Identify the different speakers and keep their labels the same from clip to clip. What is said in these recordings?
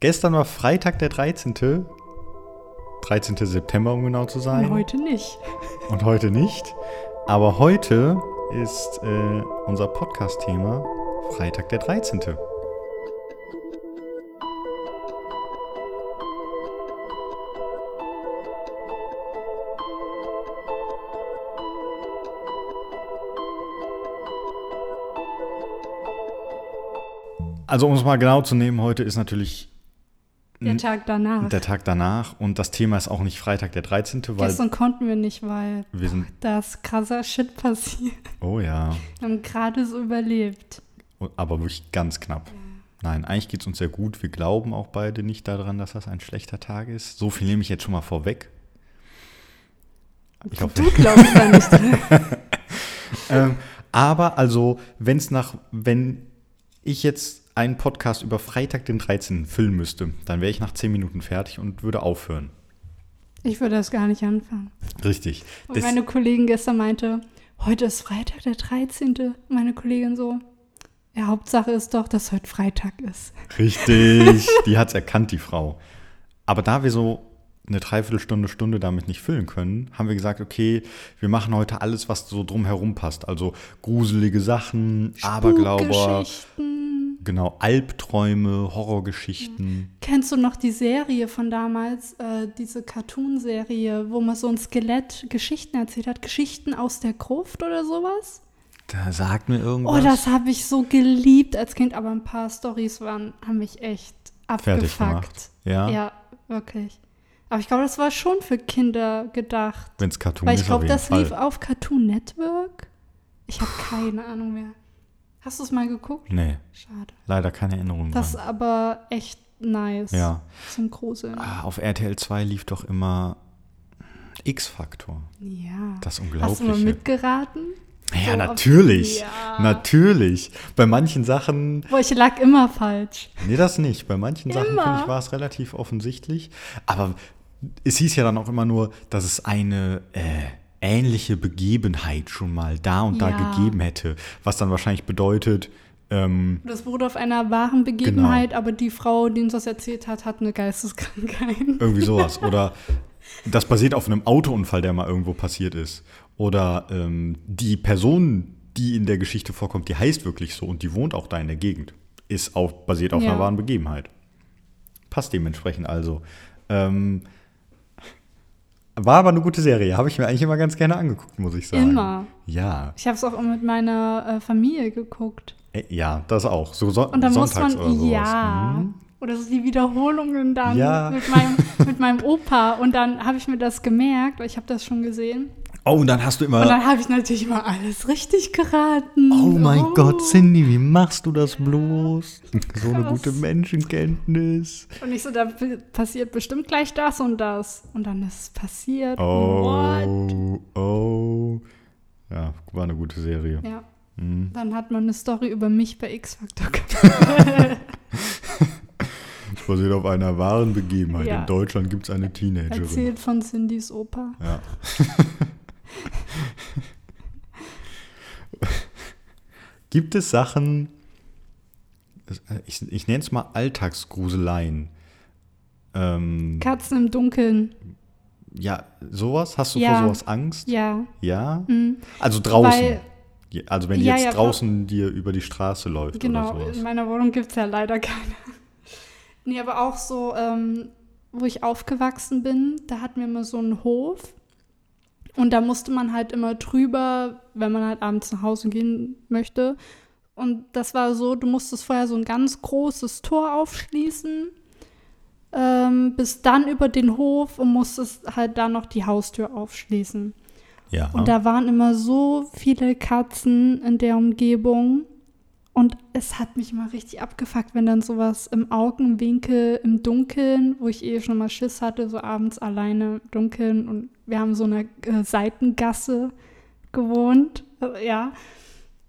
Speaker 1: Gestern war Freitag der 13. 13. September, um genau zu sein.
Speaker 2: Und heute nicht.
Speaker 1: Und heute nicht. Aber heute ist äh, unser Podcast-Thema Freitag der 13. Also um es mal genau zu nehmen, heute ist natürlich
Speaker 2: Der Tag danach.
Speaker 1: der Tag danach und das Thema ist auch nicht Freitag der 13., weil
Speaker 2: Gestern konnten wir nicht, weil
Speaker 1: wir sind,
Speaker 2: da ist krasser Shit passiert.
Speaker 1: oh ja,
Speaker 2: Wir haben gerade so überlebt.
Speaker 1: aber wirklich ganz knapp. Nein, eigentlich geht es uns sehr gut. Wir glauben auch beide nicht daran, dass das ein schlechter Tag ist. So viel nehme ich jetzt schon mal vorweg. Ich hoffe,
Speaker 2: Du glaubst da nicht dran.
Speaker 1: ähm, aber also, wenn es nach, wenn ich jetzt einen Podcast über Freitag den 13. füllen müsste, dann wäre ich nach 10 Minuten fertig und würde aufhören.
Speaker 2: Ich würde das gar nicht anfangen.
Speaker 1: Richtig.
Speaker 2: Und
Speaker 1: Das,
Speaker 2: meine Kollegin gestern meinte, heute ist Freitag der 13. Und meine Kollegin so, ja, Hauptsache ist doch, dass heute Freitag ist.
Speaker 1: richtig. Die hat es erkannt, die Frau. Aber da wir so eine Dreiviertelstunde, Stunde damit nicht füllen können, haben wir gesagt, okay, wir machen heute alles, was so drumherum passt. Also gruselige Sachen, Aberglauber,
Speaker 2: Spukgeschichten.
Speaker 1: genau, Albträume, Horrorgeschichten.
Speaker 2: Kennst du noch die Serie von damals, äh, diese Cartoon-Serie, wo man so ein Skelett Geschichten erzählt hat? Geschichten aus der Gruft oder sowas?
Speaker 1: Da sagt mir
Speaker 2: Oh,
Speaker 1: irgendwas.
Speaker 2: das habe ich so geliebt als Kind, aber ein paar Stories waren, haben mich echt abgefuckt.
Speaker 1: Fertig gemacht. Ja.
Speaker 2: Ja, wirklich. Aber ich glaube, das war schon für Kinder gedacht.
Speaker 1: Wenn es Cartoon
Speaker 2: Weil
Speaker 1: ist,
Speaker 2: ich glaube,
Speaker 1: auf jeden
Speaker 2: das
Speaker 1: Fall.
Speaker 2: lief auf Cartoon Network. Ich habe keine Ahnung mehr. Hast du es mal geguckt?
Speaker 1: Nee,
Speaker 2: Schade.
Speaker 1: leider keine Erinnerung
Speaker 2: Das ist
Speaker 1: dran.
Speaker 2: aber echt nice.
Speaker 1: Ja.
Speaker 2: Zum Gruseln.
Speaker 1: Ah, Auf RTL 2 lief doch immer X-Faktor.
Speaker 2: Ja.
Speaker 1: Das
Speaker 2: Hast du mal
Speaker 1: Unglaubliche.
Speaker 2: mitgeraten?
Speaker 1: Ja,
Speaker 2: So auf-
Speaker 1: natürlich.
Speaker 2: Ja.
Speaker 1: Natürlich. Bei manchen Sachen,
Speaker 2: Boah, ich lag immer falsch.
Speaker 1: nee, das nicht. Bei manchen Sachen, finde ich,
Speaker 2: Immer.
Speaker 1: war es relativ offensichtlich. Aber es hieß ja dann auch immer nur, dass es eine äh, ähnliche Begebenheit schon mal da und da
Speaker 2: Ja.
Speaker 1: gegeben hätte. Was dann wahrscheinlich bedeutet, ähm,
Speaker 2: Das wurde auf einer wahren Begebenheit,
Speaker 1: Genau.
Speaker 2: aber die Frau, die uns das erzählt hat, hat eine Geisteskrankheit.
Speaker 1: Irgendwie sowas. Oder das basiert auf einem Autounfall, der mal irgendwo passiert ist. Oder ähm, die Person, die in der Geschichte vorkommt, die heißt wirklich so und die wohnt auch da in der Gegend. Ist auch basiert auf
Speaker 2: Ja.
Speaker 1: einer wahren Begebenheit. Passt dementsprechend also. Ähm, war aber eine gute Serie. Habe ich mir eigentlich immer ganz gerne angeguckt, muss ich sagen.
Speaker 2: Immer.
Speaker 1: Ja,
Speaker 2: Ich habe es auch mit meiner äh, Familie geguckt.
Speaker 1: äh, ja, das auch. So son
Speaker 2: Und dann
Speaker 1: sonntags
Speaker 2: muss
Speaker 1: oder
Speaker 2: man,
Speaker 1: sowas.
Speaker 2: ja.
Speaker 1: Mhm.
Speaker 2: Oder so die Wiederholungen dann
Speaker 1: Ja.
Speaker 2: mit, meinem, mit meinem Opa. Und dann habe ich mir das gemerkt, weil ich habe das schon gesehen.
Speaker 1: Oh, und dann hast du
Speaker 2: Und
Speaker 1: immer.
Speaker 2: dann habe ich natürlich immer alles richtig geraten.
Speaker 1: Oh mein Gott, Cindy, wie machst du das bloß? So eine
Speaker 2: Krass.
Speaker 1: gute Menschenkenntnis.
Speaker 2: Und ich so, da p- passiert bestimmt gleich das und das. Und dann ist es passiert. What?
Speaker 1: Oh, oh. Ja, war eine gute Serie.
Speaker 2: Ja.
Speaker 1: Mhm.
Speaker 2: Dann hat man eine Story über mich bei X-Factor gemacht.
Speaker 1: Das basiert auf einer wahren Begebenheit.
Speaker 2: Ja.
Speaker 1: In Deutschland gibt es eine Teenagerin.
Speaker 2: Erzählt von Cindys Opa.
Speaker 1: Ja. Gibt es Sachen, ich, ich nenne es mal Alltagsgruseleien. Ähm,
Speaker 2: Katzen im Dunkeln.
Speaker 1: ja, sowas? Hast du
Speaker 2: Ja.
Speaker 1: vor sowas Angst?
Speaker 2: Ja.
Speaker 1: Ja?
Speaker 2: Mhm.
Speaker 1: Also draußen.
Speaker 2: Weil-
Speaker 1: Ja, also wenn die
Speaker 2: Ja,
Speaker 1: jetzt
Speaker 2: ja,
Speaker 1: draußen dir über die Straße läuft
Speaker 2: Genau,
Speaker 1: oder
Speaker 2: in
Speaker 1: sowas.
Speaker 2: meiner Wohnung gibt es ja leider keine. Nee, aber auch so, ähm, wo ich aufgewachsen bin, da hatten wir immer so einen Hof. Und da musste man halt immer drüber, wenn man halt abends nach Hause gehen möchte. Und das war so, du musstest vorher so ein ganz großes Tor aufschließen, ähm, bis dann über den Hof und musstest halt da noch die Haustür aufschließen.
Speaker 1: Ja.
Speaker 2: Und da waren immer so viele Katzen in der Umgebung. Und es hat mich mal richtig abgefuckt, wenn dann sowas im Augenwinkel, im Dunkeln, wo ich eh schon mal Schiss hatte, so abends alleine im Dunkeln. Und wir haben so eine äh, Seitengasse gewohnt. Äh, ja.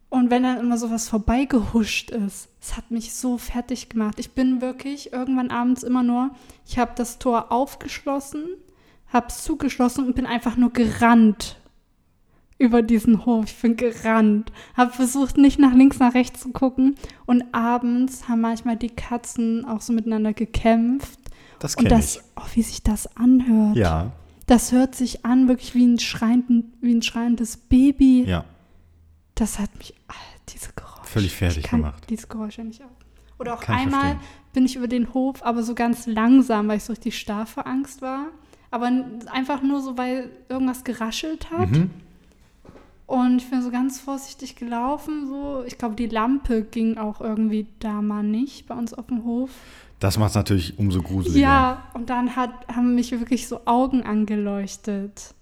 Speaker 2: Und wenn dann immer sowas vorbeigehuscht ist, es hat mich so fertig gemacht. Ich bin wirklich irgendwann abends immer nur, ich habe das Tor aufgeschlossen, habe es zugeschlossen und bin einfach nur gerannt. über diesen Hof. Ich bin gerannt. Hab versucht, nicht nach links, nach rechts zu gucken. Und abends haben manchmal die Katzen auch so miteinander gekämpft.
Speaker 1: Das
Speaker 2: Und
Speaker 1: kenne ich.
Speaker 2: das, oh, wie sich das anhört.
Speaker 1: Ja,
Speaker 2: Das hört sich an, wirklich wie ein, schreienden, wie ein schreiendes Baby.
Speaker 1: ja.
Speaker 2: Das hat mich, all diese Geräusche.
Speaker 1: Völlig fertig
Speaker 2: ich kann
Speaker 1: gemacht.
Speaker 2: Diese Geräusche nicht ab. Oder auch
Speaker 1: Kann ich
Speaker 2: einmal
Speaker 1: verstehen.
Speaker 2: bin ich über den Hof, aber so ganz langsam, weil ich so richtig starr vor Angst war. Aber n- einfach nur so, weil irgendwas geraschelt hat.
Speaker 1: Mhm.
Speaker 2: Und ich bin so ganz vorsichtig gelaufen. So. Ich glaube, die Lampe ging auch irgendwie da mal nicht bei uns auf dem Hof.
Speaker 1: Das macht es natürlich umso gruseliger.
Speaker 2: Ja, und dann hat, haben mich wirklich so Augen angeleuchtet.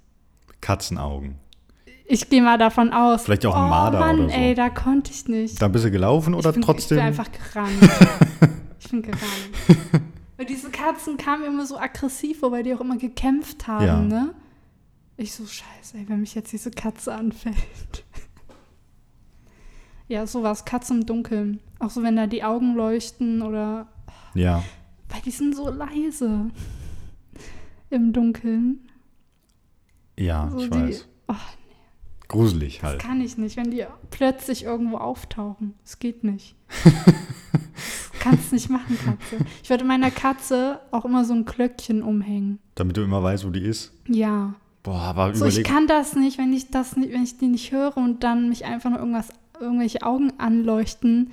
Speaker 1: Katzenaugen.
Speaker 2: Ich gehe mal davon aus.
Speaker 1: Vielleicht auch ein
Speaker 2: oh,
Speaker 1: Marder
Speaker 2: Mann,
Speaker 1: oder so.
Speaker 2: ey, da konnte ich nicht.
Speaker 1: Da bist du gelaufen oder
Speaker 2: ich bin,
Speaker 1: trotzdem?
Speaker 2: Ich bin einfach gerannt. ich bin gerannt. Weil diese Katzen kamen immer so aggressiv vor, weil die auch immer gekämpft haben,
Speaker 1: Ja.
Speaker 2: ne? Ich so, scheiße, ey, wenn mich jetzt diese Katze anfällt. ja, sowas, Katze im Dunkeln. Auch so, wenn da die Augen leuchten oder...
Speaker 1: ja.
Speaker 2: Weil die sind so leise im Dunkeln.
Speaker 1: Ja,
Speaker 2: So
Speaker 1: ich
Speaker 2: die-
Speaker 1: weiß.
Speaker 2: Oh,
Speaker 1: Gruselig
Speaker 2: das
Speaker 1: halt.
Speaker 2: kann ich nicht, wenn die plötzlich irgendwo auftauchen. Das geht nicht. Kannst nicht machen, Katze. Ich würde meiner Katze auch immer so ein Glöckchen umhängen.
Speaker 1: Damit du immer weißt, wo die ist.
Speaker 2: Ja.
Speaker 1: Boah, aber
Speaker 2: So, ich
Speaker 1: überleg.
Speaker 2: kann das nicht, wenn ich das nicht, wenn ich die nicht höre und dann mich einfach nur irgendwas, irgendwelche Augen anleuchten.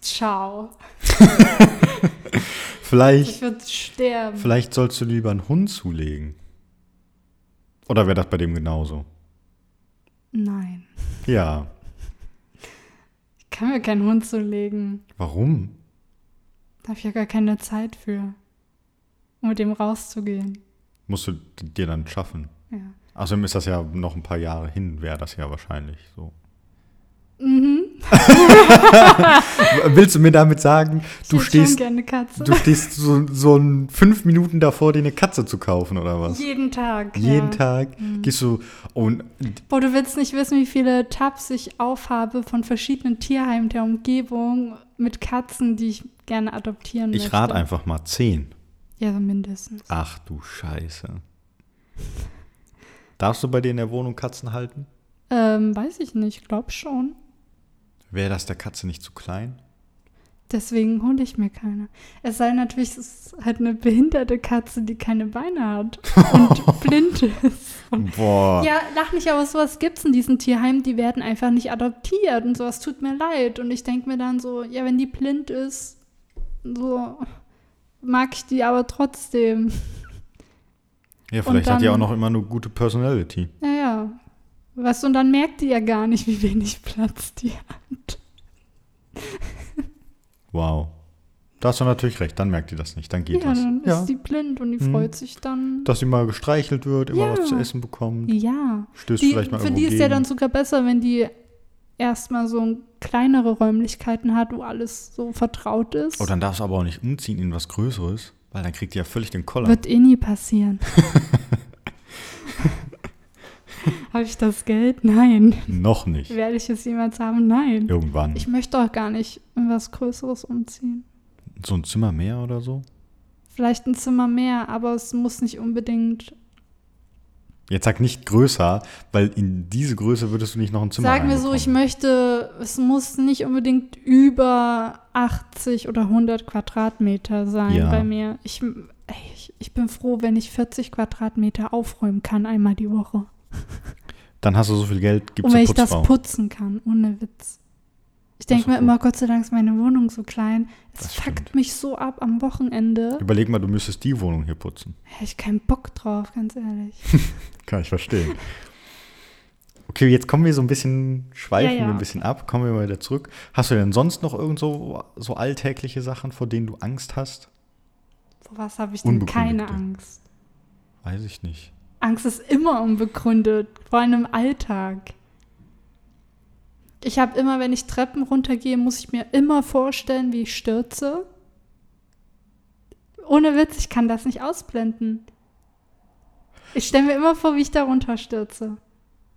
Speaker 2: Ciao.
Speaker 1: Vielleicht,
Speaker 2: Ich würde sterben.
Speaker 1: vielleicht sollst du lieber einen Hund zulegen. Oder wäre das bei dem genauso?
Speaker 2: Nein.
Speaker 1: Ja.
Speaker 2: Ich kann mir keinen Hund zulegen.
Speaker 1: Warum?
Speaker 2: Da habe ich ja gar keine Zeit für. Um mit dem rauszugehen.
Speaker 1: Musst du d- dir dann schaffen.
Speaker 2: Ja.
Speaker 1: Außerdem ist das ja noch ein paar Jahre hin, wäre das ja wahrscheinlich so.
Speaker 2: Mhm.
Speaker 1: Willst du mir damit sagen,
Speaker 2: Ich
Speaker 1: du
Speaker 2: hätte schon
Speaker 1: stehst,
Speaker 2: gerne Katze.
Speaker 1: du stehst so, so ein fünf Minuten davor, dir eine Katze zu kaufen oder was?
Speaker 2: Jeden Tag. Mhm.
Speaker 1: Jeden
Speaker 2: ja.
Speaker 1: Tag gehst du und
Speaker 2: Boah, du willst nicht wissen, wie viele Tabs ich aufhabe von verschiedenen Tierheimen der Umgebung mit Katzen, die ich gerne adoptieren möchte.
Speaker 1: ich rate einfach mal zehn.
Speaker 2: Ja, so mindestens.
Speaker 1: Ach du Scheiße. Darfst du bei dir in der Wohnung Katzen halten?
Speaker 2: Ähm, weiß ich nicht, glaub schon.
Speaker 1: Wäre das der Katze nicht zu klein?
Speaker 2: Deswegen hole ich mir keine. Es sei natürlich, es ist halt eine behinderte Katze, die keine Beine hat und blind ist.
Speaker 1: Boah.
Speaker 2: Ja, lach nicht, aber sowas gibt's in diesen Tierheimen, die werden einfach nicht adoptiert und sowas tut mir leid. Und ich denke mir dann so, ja, wenn die blind ist, so mag ich die aber trotzdem.
Speaker 1: Ja, vielleicht hat die
Speaker 2: dann-
Speaker 1: auch noch immer eine gute Personality.
Speaker 2: Ja, ja. Was und dann merkt die ja gar nicht, wie wenig Platz die hat.
Speaker 1: Wow. Da hast du natürlich recht, dann merkt die das nicht, dann geht
Speaker 2: ja,
Speaker 1: das.
Speaker 2: dann
Speaker 1: ja.
Speaker 2: ist die blind und die
Speaker 1: Mhm.
Speaker 2: freut sich dann.
Speaker 1: Dass sie mal gestreichelt wird, immer
Speaker 2: Ja.
Speaker 1: was zu essen bekommt,
Speaker 2: ja.
Speaker 1: stößt
Speaker 2: Die,
Speaker 1: vielleicht mal
Speaker 2: für
Speaker 1: irgendwo
Speaker 2: die ist ja
Speaker 1: gegen.
Speaker 2: dann sogar besser, wenn die erstmal so kleinere Räumlichkeiten hat, wo alles so vertraut ist.
Speaker 1: Oh, dann darfst du aber auch nicht umziehen in was Größeres, weil dann kriegt die ja völlig den Koller.
Speaker 2: Wird eh nie passieren. Habe ich das Geld? Nein.
Speaker 1: Noch nicht.
Speaker 2: Werde ich es jemals haben? Nein.
Speaker 1: Irgendwann.
Speaker 2: Ich möchte auch gar nicht in was Größeres umziehen.
Speaker 1: so ein Zimmer mehr oder so?
Speaker 2: Vielleicht ein Zimmer mehr, aber es muss nicht unbedingt.
Speaker 1: Jetzt sag nicht größer, weil in diese Größe würdest du nicht noch ein Zimmer
Speaker 2: Sagen wir so, ich
Speaker 1: reinbekommen.
Speaker 2: möchte, es muss nicht unbedingt über 80 oder 100 Quadratmeter sein
Speaker 1: Ja.
Speaker 2: bei mir. Ich, ey, ich, ich bin froh, wenn ich 40 Quadratmeter aufräumen kann, einmal die Woche.
Speaker 1: Dann hast du so viel Geld, gibst
Speaker 2: Und
Speaker 1: du
Speaker 2: wenn ich das
Speaker 1: Putzfrau.
Speaker 2: putzen kann, ohne Witz.
Speaker 1: Das
Speaker 2: Ich denke
Speaker 1: ist
Speaker 2: mir
Speaker 1: gut.
Speaker 2: immer, Gott sei Dank ist meine Wohnung so klein. Es
Speaker 1: Das
Speaker 2: fuckt
Speaker 1: stimmt.
Speaker 2: mich so ab am Wochenende.
Speaker 1: Überleg mal, du müsstest die Wohnung hier putzen.
Speaker 2: Hätte ich keinen Bock drauf, ganz ehrlich.
Speaker 1: Kann ich verstehen. Okay, jetzt kommen wir so ein bisschen, schweifen
Speaker 2: Ja, ja.
Speaker 1: wir ein bisschen ab, kommen wir mal wieder zurück. Hast du denn sonst noch irgend so, so alltägliche Sachen, vor denen du Angst hast?
Speaker 2: Vor was habe ich denn keine
Speaker 1: Unbegründete.
Speaker 2: Angst?
Speaker 1: Weiß ich nicht.
Speaker 2: Angst ist immer unbegründet, vor allem im Alltag. Ich habe immer, wenn ich Treppen runtergehe, muss ich mir immer vorstellen, wie ich stürze. Ohne Witz, ich kann das nicht ausblenden. Ich stelle mir immer vor, wie ich da runterstürze.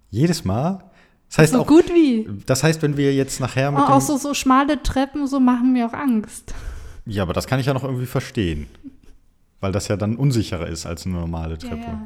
Speaker 1: Jedes Mal? Das heißt
Speaker 2: So
Speaker 1: auch,
Speaker 2: gut wie.
Speaker 1: das heißt, wenn wir jetzt nachher mit
Speaker 2: Aber
Speaker 1: dem,
Speaker 2: auch Ah, so, so schmale Treppen, so machen mir auch Angst.
Speaker 1: Ja, aber das kann ich ja noch irgendwie verstehen. Weil das ja dann unsicherer ist als eine normale Treppe.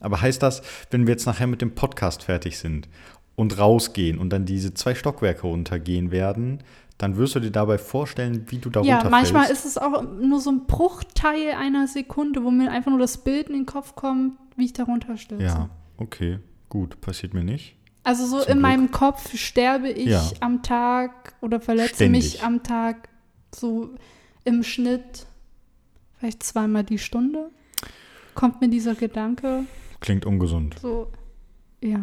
Speaker 1: Aber heißt das, wenn wir jetzt nachher mit dem Podcast fertig sind und rausgehen und dann diese zwei Stockwerke runtergehen werden, dann wirst du dir dabei vorstellen, wie du da
Speaker 2: Ja,
Speaker 1: runterfällst.
Speaker 2: manchmal ist es auch nur so ein Bruchteil einer Sekunde, wo mir einfach nur das Bild in den Kopf kommt, wie ich darunter stürze.
Speaker 1: Ja, okay, gut, passiert mir nicht.
Speaker 2: Also so
Speaker 1: Zum
Speaker 2: in
Speaker 1: Glück.
Speaker 2: meinem Kopf sterbe ich
Speaker 1: Ja.
Speaker 2: am Tag oder verletze
Speaker 1: Ständig.
Speaker 2: mich am Tag so im Schnitt vielleicht zweimal die Stunde. Kommt mir dieser Gedanke
Speaker 1: Klingt ungesund.
Speaker 2: so, ja.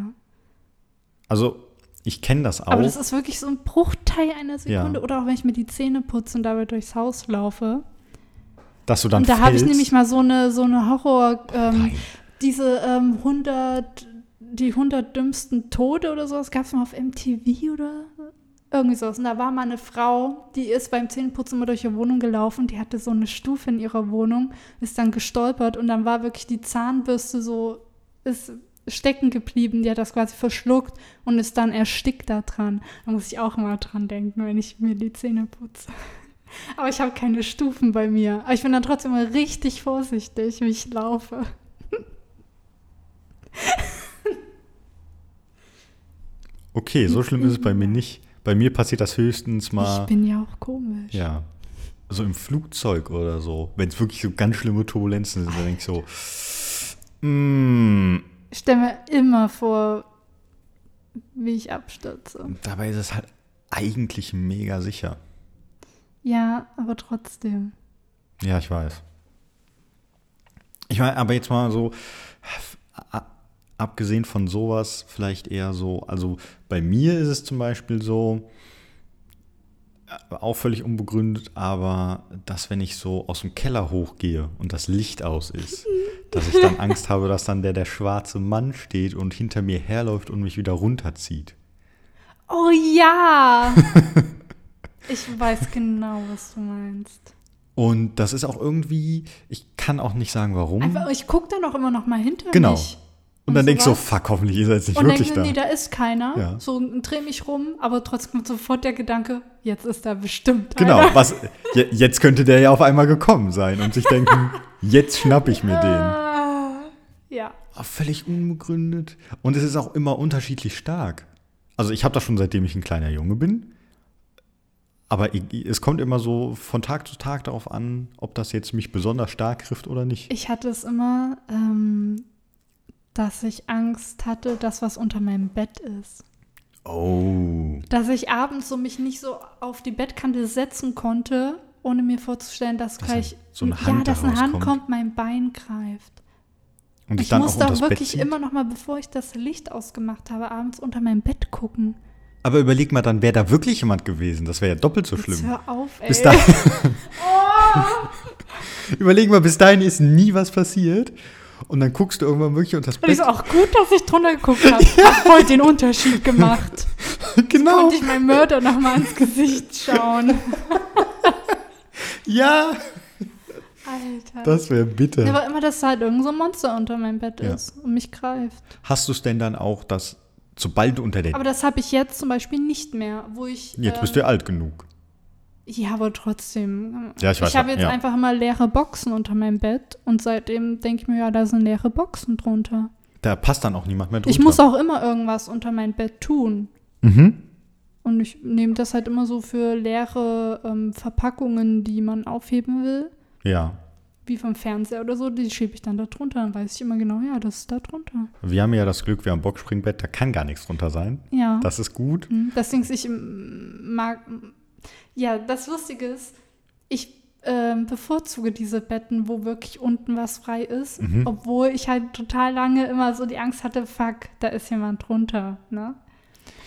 Speaker 1: Also, ich kenne das auch.
Speaker 2: Aber das ist wirklich so ein Bruchteil einer Sekunde.
Speaker 1: Ja.
Speaker 2: Oder auch wenn ich mir die Zähne putze und dabei durchs Haus laufe.
Speaker 1: dass du dann
Speaker 2: und da habe ich
Speaker 1: fällst.
Speaker 2: nämlich mal so eine, so eine Horror, ähm,
Speaker 1: Nein.
Speaker 2: diese ähm, 100, die 100 dümmsten Tode oder sowas, gab es mal auf MTV oder irgendwie sowas. Und da war mal eine Frau, die ist beim Zähneputzen mal durch ihre Wohnung gelaufen, die hatte so eine Stufe in ihrer Wohnung, ist dann gestolpert und dann war wirklich die Zahnbürste so, ist stecken geblieben, die hat das quasi verschluckt und ist dann erstickt da dran. Da muss ich auch immer dran denken, wenn ich mir die Zähne putze. Aber ich habe keine Stufen bei mir. Aber ich bin dann trotzdem immer richtig vorsichtig, wie ich laufe.
Speaker 1: Okay, so schlimm ist es bei mir nicht. Bei mir passiert das höchstens mal.
Speaker 2: Ich bin ja auch komisch.
Speaker 1: Ja. So im Flugzeug oder so. Wenn es wirklich so ganz schlimme Turbulenzen sind, dann denke ich so. Mm,
Speaker 2: Ich stelle mir immer vor, wie ich abstürze.
Speaker 1: dabei ist es halt eigentlich mega sicher.
Speaker 2: Ja, aber trotzdem.
Speaker 1: Ja, ich weiß. Ich meine, aber jetzt mal so, a- abgesehen von sowas, vielleicht eher so, also bei mir ist es zum Beispiel so, äh, auch völlig unbegründet, aber dass wenn ich so aus dem Keller hochgehe und das Licht aus ist, dass ich dann Angst habe, dass dann der, der schwarze Mann steht und hinter mir herläuft und mich wieder runterzieht.
Speaker 2: Oh ja! ich weiß genau, was du meinst.
Speaker 1: Und das ist auch irgendwie, ich kann auch nicht sagen warum.
Speaker 2: Einfach, ich gucke dann auch immer noch mal hinter
Speaker 1: Hm. Genau.
Speaker 2: mich.
Speaker 1: und dann
Speaker 2: so
Speaker 1: denkst du,
Speaker 2: was.
Speaker 1: fuck, hoffentlich ist er jetzt nicht
Speaker 2: Und
Speaker 1: wirklich
Speaker 2: denke,
Speaker 1: da.
Speaker 2: nee, da ist keiner.
Speaker 1: Ja.
Speaker 2: So drehe mich rum, aber trotzdem kommt sofort der Gedanke, jetzt ist da bestimmt
Speaker 1: Genau,
Speaker 2: einer.
Speaker 1: was, je, jetzt könnte der ja auf einmal gekommen sein und sich denken, jetzt schnapp ich mir den.
Speaker 2: Ah, ja.
Speaker 1: Ah, völlig unbegründet. Und es ist auch immer unterschiedlich stark. Also ich habe das schon seitdem ich ein kleiner Junge bin. Aber i- i- es kommt immer so von Tag zu Tag darauf an, ob das jetzt mich besonders stark trifft oder nicht.
Speaker 2: Ich hatte es immer, ähm, dass ich Angst hatte, dass was unter meinem Bett ist.
Speaker 1: Oh.
Speaker 2: Dass ich abends so mich nicht so auf die Bettkante setzen konnte, ohne mir vorzustellen, dass
Speaker 1: Dass
Speaker 2: gleich
Speaker 1: so eine
Speaker 2: ja,
Speaker 1: Hand da
Speaker 2: dass eine Hand
Speaker 1: rauskommt.
Speaker 2: kommt, mein Bein greift.
Speaker 1: Und
Speaker 2: Ich
Speaker 1: dich dann auch
Speaker 2: musste
Speaker 1: unter
Speaker 2: auch
Speaker 1: das Bett
Speaker 2: wirklich
Speaker 1: zieht.
Speaker 2: immer noch mal, bevor ich das Licht ausgemacht habe, abends unter meinem Bett gucken.
Speaker 1: Aber überleg mal, dann wäre da wirklich jemand gewesen. Das wäre ja doppelt so
Speaker 2: Jetzt
Speaker 1: schlimm.
Speaker 2: hör auf, ey. Oh,
Speaker 1: Bis dahin. Überleg mal, bis dahin ist nie was passiert. Und dann guckst du irgendwann wirklich unter das
Speaker 2: Und ich
Speaker 1: Bett.
Speaker 2: so, auch gut, dass ich drunter geguckt habe. Hab voll den Unterschied gemacht.
Speaker 1: genau.
Speaker 2: Konnte ich meinem Mörder noch mal ins Gesicht schauen.
Speaker 1: Ja,
Speaker 2: Alter.
Speaker 1: das wäre
Speaker 2: Ja,
Speaker 1: bitter.
Speaker 2: aber immer, dass da halt irgend so ein Monster unter meinem Bett
Speaker 1: Ja.
Speaker 2: ist und mich greift.
Speaker 1: Hast du es denn dann auch, dass sobald du unter der
Speaker 2: Aber das habe ich jetzt zum Beispiel nicht mehr, wo ich.
Speaker 1: Jetzt
Speaker 2: ähm,
Speaker 1: bist du ja alt genug.
Speaker 2: Ja, aber trotzdem.
Speaker 1: Ja, ich weiß,
Speaker 2: Ich habe jetzt
Speaker 1: ja.
Speaker 2: einfach immer leere Boxen unter meinem Bett und seitdem denke ich mir, ja, da sind leere Boxen drunter.
Speaker 1: Da passt dann auch niemand mehr drunter.
Speaker 2: Ich muss auch immer irgendwas unter mein Bett tun.
Speaker 1: Mhm.
Speaker 2: Und ich nehme das halt immer so für leere ähm, Verpackungen, die man aufheben will,
Speaker 1: Ja.
Speaker 2: wie vom Fernseher oder so, die schiebe ich dann da drunter. Dann weiß ich immer genau, ja, das ist da drunter.
Speaker 1: Wir haben ja das Glück, wir haben ein Boxspringbett, da kann gar nichts drunter sein.
Speaker 2: Ja.
Speaker 1: Das ist gut.
Speaker 2: Hm, Deswegen, ich ähm, mag. Ja, das Lustige ist, ich ähm, bevorzuge diese Betten, wo wirklich unten was frei ist,
Speaker 1: Mhm.
Speaker 2: obwohl ich halt total lange immer so die Angst hatte, fuck, da ist jemand drunter. Ne?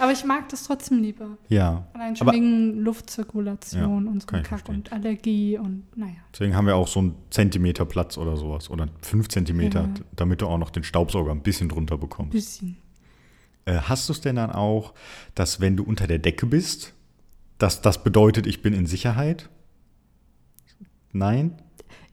Speaker 2: Aber ich mag das trotzdem lieber.
Speaker 1: Ja.
Speaker 2: Allein schon
Speaker 1: Aber-
Speaker 2: wegen Luftzirkulation und so
Speaker 1: kann ich
Speaker 2: Kack
Speaker 1: verstehen.
Speaker 2: und Allergie und naja.
Speaker 1: Deswegen haben wir auch so einen Zentimeter Platz oder sowas. Oder fünf Zentimeter,
Speaker 2: Ja.
Speaker 1: damit du auch noch den Staubsauger ein bisschen drunter bekommst.
Speaker 2: Bisschen.
Speaker 1: Äh, hast du es denn dann auch, dass wenn du unter der Decke bist, dass das bedeutet, ich bin in Sicherheit? Nein?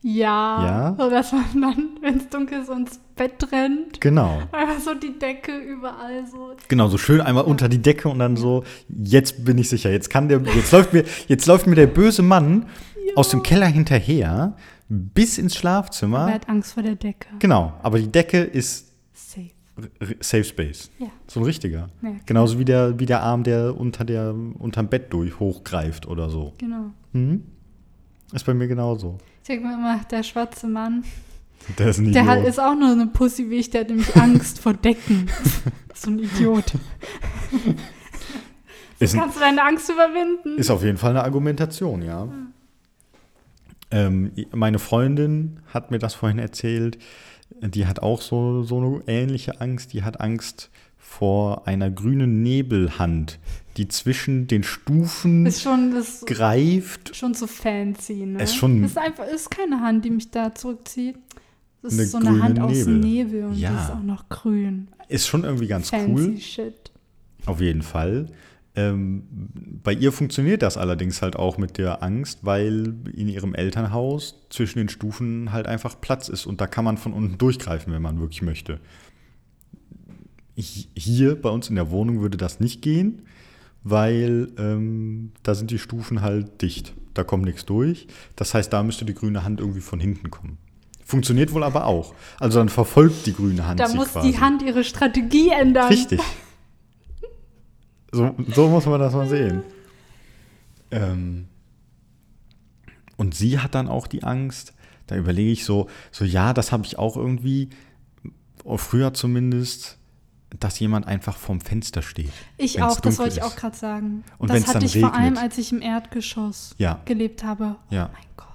Speaker 2: Ja.
Speaker 1: Ja?
Speaker 2: So, dass man dann, wenn es dunkel ist, so ins Bett rennt.
Speaker 1: Genau.
Speaker 2: Einfach so die Decke überall so.
Speaker 1: Genau, so schön einmal unter die Decke und dann so, jetzt bin ich sicher, jetzt kann der, jetzt läuft mir, jetzt läuft mir der böse Mann aus dem Keller hinterher bis ins
Speaker 2: Man
Speaker 1: Schlafzimmer.
Speaker 2: hat Angst vor der Decke.
Speaker 1: Genau, aber die Decke ist R- Safe Space.
Speaker 2: Ja.
Speaker 1: So ein richtiger.
Speaker 2: Ja, klar.
Speaker 1: Genauso wie der, wie der Arm, der unter der, unterm Bett durch hochgreift oder so.
Speaker 2: Genau.
Speaker 1: Mhm. Ist bei mir genauso.
Speaker 2: Ich sag mal immer, der schwarze Mann,
Speaker 1: Der ist ein
Speaker 2: der hat,
Speaker 1: Idiot.
Speaker 2: ist auch nur eine Pussy wie ich, der hat nämlich Angst vor Decken. so ein Idiot.
Speaker 1: ist, ein,
Speaker 2: Kannst du deine Angst überwinden?
Speaker 1: ist auf jeden Fall eine Argumentation, ja.
Speaker 2: Hm.
Speaker 1: Ähm, meine Freundin hat mir das vorhin erzählt. Die hat auch so, so eine ähnliche Angst. Die hat Angst vor einer grünen Nebelhand, die zwischen den Stufen
Speaker 2: Ist schon das
Speaker 1: greift.
Speaker 2: schon zu fancy, ne?
Speaker 1: Ist schon-
Speaker 2: ist einfach ist keine Hand, die mich da zurückzieht. Das
Speaker 1: Eine
Speaker 2: ist so eine Hand
Speaker 1: grüne
Speaker 2: aus
Speaker 1: Nebel.
Speaker 2: Nebel und die
Speaker 1: Ja.
Speaker 2: ist auch noch grün.
Speaker 1: Ist schon irgendwie ganz
Speaker 2: Fancy
Speaker 1: cool.
Speaker 2: shit.
Speaker 1: Auf jeden Fall. Ähm, bei ihr funktioniert das allerdings halt auch mit der Angst, weil in ihrem Elternhaus zwischen den Stufen halt einfach Platz ist und da kann man von unten durchgreifen, wenn man wirklich möchte. Hi- Hier bei uns in der Wohnung würde das nicht gehen, weil ähm, da sind die Stufen halt dicht. Da kommt nichts durch. Das heißt, da müsste die grüne Hand irgendwie von hinten kommen. Funktioniert wohl aber auch. Also dann verfolgt die grüne Hand
Speaker 2: Da
Speaker 1: sie
Speaker 2: muss
Speaker 1: quasi.
Speaker 2: die Hand ihre Strategie ändern.
Speaker 1: Richtig. So, so muss man das mal sehen. Ähm, und sie hat dann auch die Angst, da überlege ich so, so ja, das habe ich auch irgendwie, oh, früher zumindest, dass jemand einfach vorm Fenster steht.
Speaker 2: Ich
Speaker 1: wenn's
Speaker 2: auch, das
Speaker 1: dunkel
Speaker 2: wollte ich auch
Speaker 1: ist.
Speaker 2: gerade sagen.
Speaker 1: Und
Speaker 2: das
Speaker 1: wenn's
Speaker 2: hatte
Speaker 1: dann
Speaker 2: ich vor
Speaker 1: regnet.
Speaker 2: allem, als ich im Erdgeschoss
Speaker 1: Ja.
Speaker 2: gelebt habe. Oh
Speaker 1: Ja.
Speaker 2: mein Gott.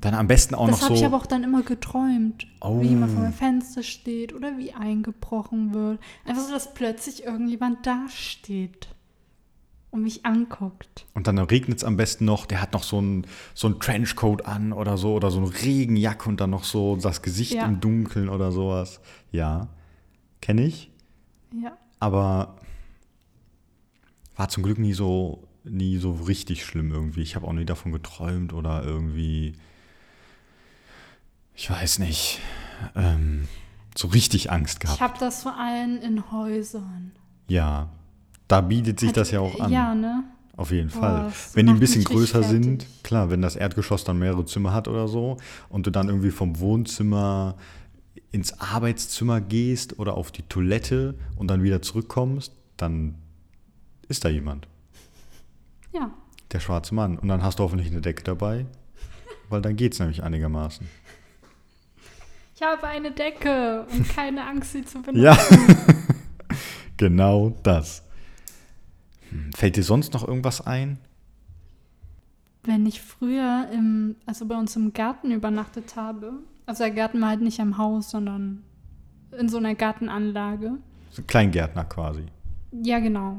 Speaker 1: Dann am besten auch
Speaker 2: Das
Speaker 1: noch
Speaker 2: habe ich
Speaker 1: so.
Speaker 2: aber auch dann immer geträumt,
Speaker 1: Oh.
Speaker 2: wie jemand vor meinem Fenster steht oder wie eingebrochen wird. Einfach so, dass plötzlich irgendjemand da steht und mich anguckt.
Speaker 1: und dann regnet es am besten noch, der hat noch so einen so einen Trenchcoat an oder so, oder so eine Regenjacke und dann noch so das Gesicht
Speaker 2: Ja.
Speaker 1: im Dunkeln oder sowas. Ja, kenne ich.
Speaker 2: Ja.
Speaker 1: aber war zum Glück nie so nie so richtig schlimm irgendwie. Ich habe auch nie davon geträumt oder irgendwie ich weiß nicht ähm, so richtig Angst
Speaker 2: Ich
Speaker 1: gehabt.
Speaker 2: habe das vor allem in Häusern.
Speaker 1: Ja, da bietet sich
Speaker 2: Hat-
Speaker 1: das ja auch an.
Speaker 2: Ja, ne?
Speaker 1: Auf jeden
Speaker 2: Boah,
Speaker 1: Fall.
Speaker 2: das
Speaker 1: Wenn die ein
Speaker 2: macht
Speaker 1: bisschen
Speaker 2: mich richtig
Speaker 1: größer sind,
Speaker 2: fertig.
Speaker 1: klar, wenn das Erdgeschoss dann mehrere Zimmer hat oder so und du dann irgendwie vom Wohnzimmer ins Arbeitszimmer gehst oder auf die Toilette und dann wieder zurückkommst, dann ist da jemand,
Speaker 2: Ja.
Speaker 1: der schwarze Mann. Und dann hast du hoffentlich eine Decke dabei, weil dann geht's nämlich einigermaßen.
Speaker 2: Ich habe eine Decke und keine Angst, sie zu benutzen.
Speaker 1: Ja, genau das. Hm, Fällt dir sonst noch irgendwas ein?
Speaker 2: Wenn ich früher im, also bei uns im Garten übernachtet habe, also der Garten war halt nicht am Haus, sondern in so einer Gartenanlage.
Speaker 1: So ein Kleingärtner quasi.
Speaker 2: Ja, genau.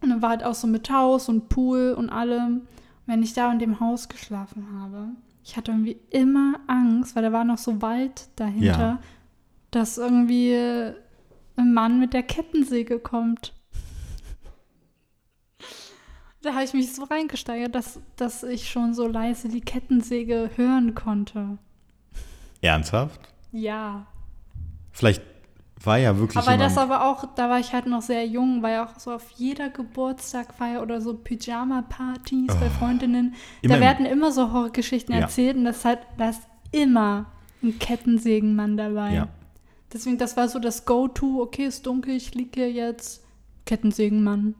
Speaker 2: Und dann war halt auch so mit Haus und Pool und allem. Und wenn ich da in dem Haus geschlafen habe, ich hatte irgendwie immer Angst, weil da war noch so Wald dahinter,
Speaker 1: Ja.
Speaker 2: dass irgendwie ein Mann mit der Kettensäge kommt. Da habe ich mich so reingesteigert, dass, dass ich schon so leise die Kettensäge hören konnte.
Speaker 1: Ernsthaft?
Speaker 2: Ja.
Speaker 1: Vielleicht war ja wirklich
Speaker 2: Aber
Speaker 1: jemand.
Speaker 2: das aber auch, da war ich halt noch sehr jung, weil auch so auf jeder Geburtstagfeier oder so Pyjama-Partys bei
Speaker 1: Oh.
Speaker 2: Freundinnen,
Speaker 1: Immer im-
Speaker 2: da werden immer so Horrorgeschichten
Speaker 1: Ja.
Speaker 2: erzählt und das hat, da ist immer ein Kettensägenmann dabei.
Speaker 1: Ja.
Speaker 2: Deswegen, das war so das Go-To, okay, ist dunkel, ich liege hier jetzt, Kettensägenmann.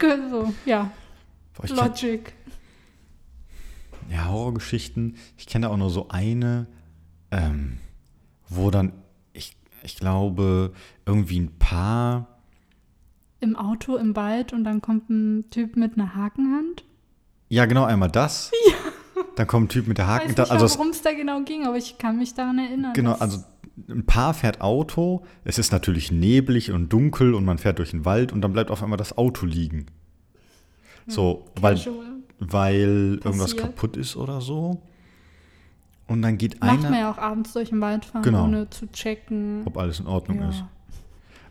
Speaker 2: Gut, so, ja,
Speaker 1: Boah, ich kenn-
Speaker 2: Logic.
Speaker 1: Ja, Horrorgeschichten. Ich kenne auch nur so eine, ähm, wo dann, ich, ich glaube, irgendwie ein Paar.
Speaker 2: Im Auto, im Wald und dann kommt ein Typ mit einer Hakenhand.
Speaker 1: Ja, genau, einmal das. Dann kommt ein Typ mit der
Speaker 2: Ich weiß
Speaker 1: Haken.
Speaker 2: nicht,
Speaker 1: Da, also, es,
Speaker 2: worum es da genau ging, aber ich kann mich daran erinnern.
Speaker 1: genau,
Speaker 2: dass-
Speaker 1: also ein Paar fährt Auto. Es ist natürlich neblig und dunkel und man fährt durch den Wald und dann bleibt auf einmal das Auto liegen.
Speaker 2: Hm,
Speaker 1: So, weil,
Speaker 2: Casual.
Speaker 1: weil irgendwas
Speaker 2: Passiert.
Speaker 1: kaputt ist oder so. Und dann geht
Speaker 2: Macht
Speaker 1: einer,
Speaker 2: man ja auch abends durch den Wald fahren,
Speaker 1: Genau.
Speaker 2: ohne zu checken.
Speaker 1: ob alles in Ordnung ist.
Speaker 2: Ja.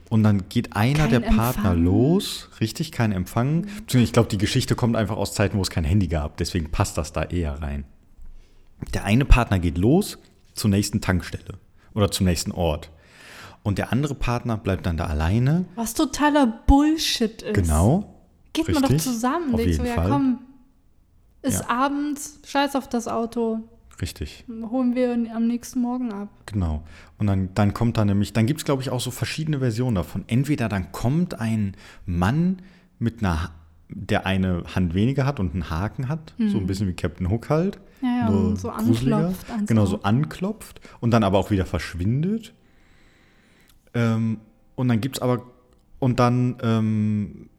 Speaker 1: Und dann geht einer
Speaker 2: Kein
Speaker 1: der Partner
Speaker 2: Empfang.
Speaker 1: los, richtig, kein Empfang. Beziehungsweise Ich glaube, die Geschichte kommt einfach aus Zeiten, wo es kein Handy gab, deswegen passt das da eher rein. Der eine Partner geht los zur nächsten Tankstelle oder zum nächsten Ort. Und der andere Partner bleibt dann da alleine.
Speaker 2: Was totaler Bullshit ist.
Speaker 1: Genau.
Speaker 2: Geht man doch
Speaker 1: richtig.
Speaker 2: zusammen.
Speaker 1: Auf
Speaker 2: Denkst du,
Speaker 1: jeden
Speaker 2: ja
Speaker 1: Fall.
Speaker 2: komm, ist
Speaker 1: Ja.
Speaker 2: abends, scheiß auf das Auto.
Speaker 1: Richtig.
Speaker 2: Holen wir ihn am nächsten Morgen ab.
Speaker 1: Genau. Und dann, dann kommt da nämlich, dann gibt es, glaube ich, auch so verschiedene Versionen davon. Entweder dann kommt ein Mann mit einer, der eine Hand weniger hat und einen Haken hat, so
Speaker 2: Hm.
Speaker 1: ein bisschen wie Captain Hook halt.
Speaker 2: Ja, ja,
Speaker 1: nur
Speaker 2: und so
Speaker 1: gruseliger.
Speaker 2: anklopft ans
Speaker 1: Genau, so
Speaker 2: Ohr.
Speaker 1: anklopft und dann aber auch wieder verschwindet. Ähm, und dann gibt es aber, und dann, ähm,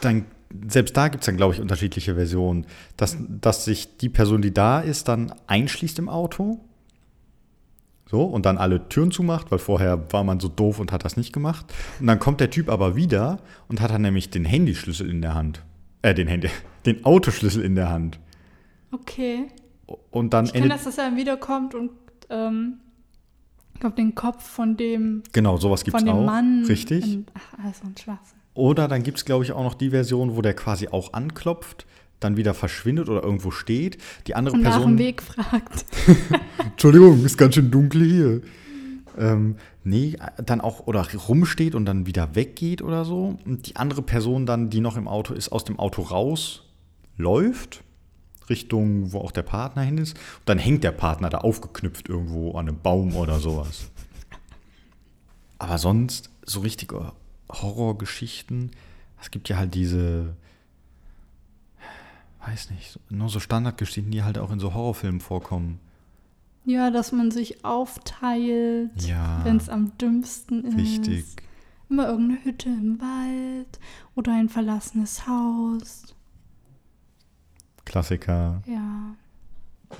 Speaker 1: dann, selbst da gibt es dann, glaube ich, unterschiedliche Versionen, dass, dass sich die Person, die da ist, dann einschließt im Auto. So, und dann alle Türen zumacht, weil vorher war man so doof und hat das nicht gemacht. Und dann kommt der Typ aber wieder und hat dann nämlich den Handyschlüssel in der Hand. Äh, den Handy, den Autoschlüssel in der Hand.
Speaker 2: Okay.
Speaker 1: Und dann
Speaker 2: Ich kenne das, dass er dann wiederkommt und ähm, ich glaube, den Kopf von dem,
Speaker 1: Genau, sowas gibt
Speaker 2: von
Speaker 1: es
Speaker 2: dem
Speaker 1: auch.
Speaker 2: Mann.
Speaker 1: Richtig.
Speaker 2: In, ach, also ein Schwachsinn.
Speaker 1: Oder dann gibt es, glaube ich, auch noch die Version, wo der quasi auch anklopft, dann wieder verschwindet oder irgendwo steht. Die andere
Speaker 2: Und nach
Speaker 1: Person.
Speaker 2: dem Weg fragt.
Speaker 1: Entschuldigung, ist ganz schön dunkel hier. Ähm, nee, dann auch oder rumsteht und dann wieder weggeht oder so. Und die andere Person dann, die noch im Auto ist, aus dem Auto raus läuft, Richtung, wo auch der Partner hin ist. Und dann hängt der Partner da aufgeknüpft irgendwo an einem Baum oder sowas. Aber sonst, so richtige Horrorgeschichten, es gibt ja halt diese, weiß nicht, nur so Standardgeschichten, die halt auch in so Horrorfilmen vorkommen.
Speaker 2: Ja, dass man sich aufteilt,
Speaker 1: Ja.
Speaker 2: wenn es am dümmsten ist.
Speaker 1: Richtig.
Speaker 2: Immer irgendeine Hütte im Wald oder ein verlassenes Haus.
Speaker 1: Klassiker.
Speaker 2: Ja.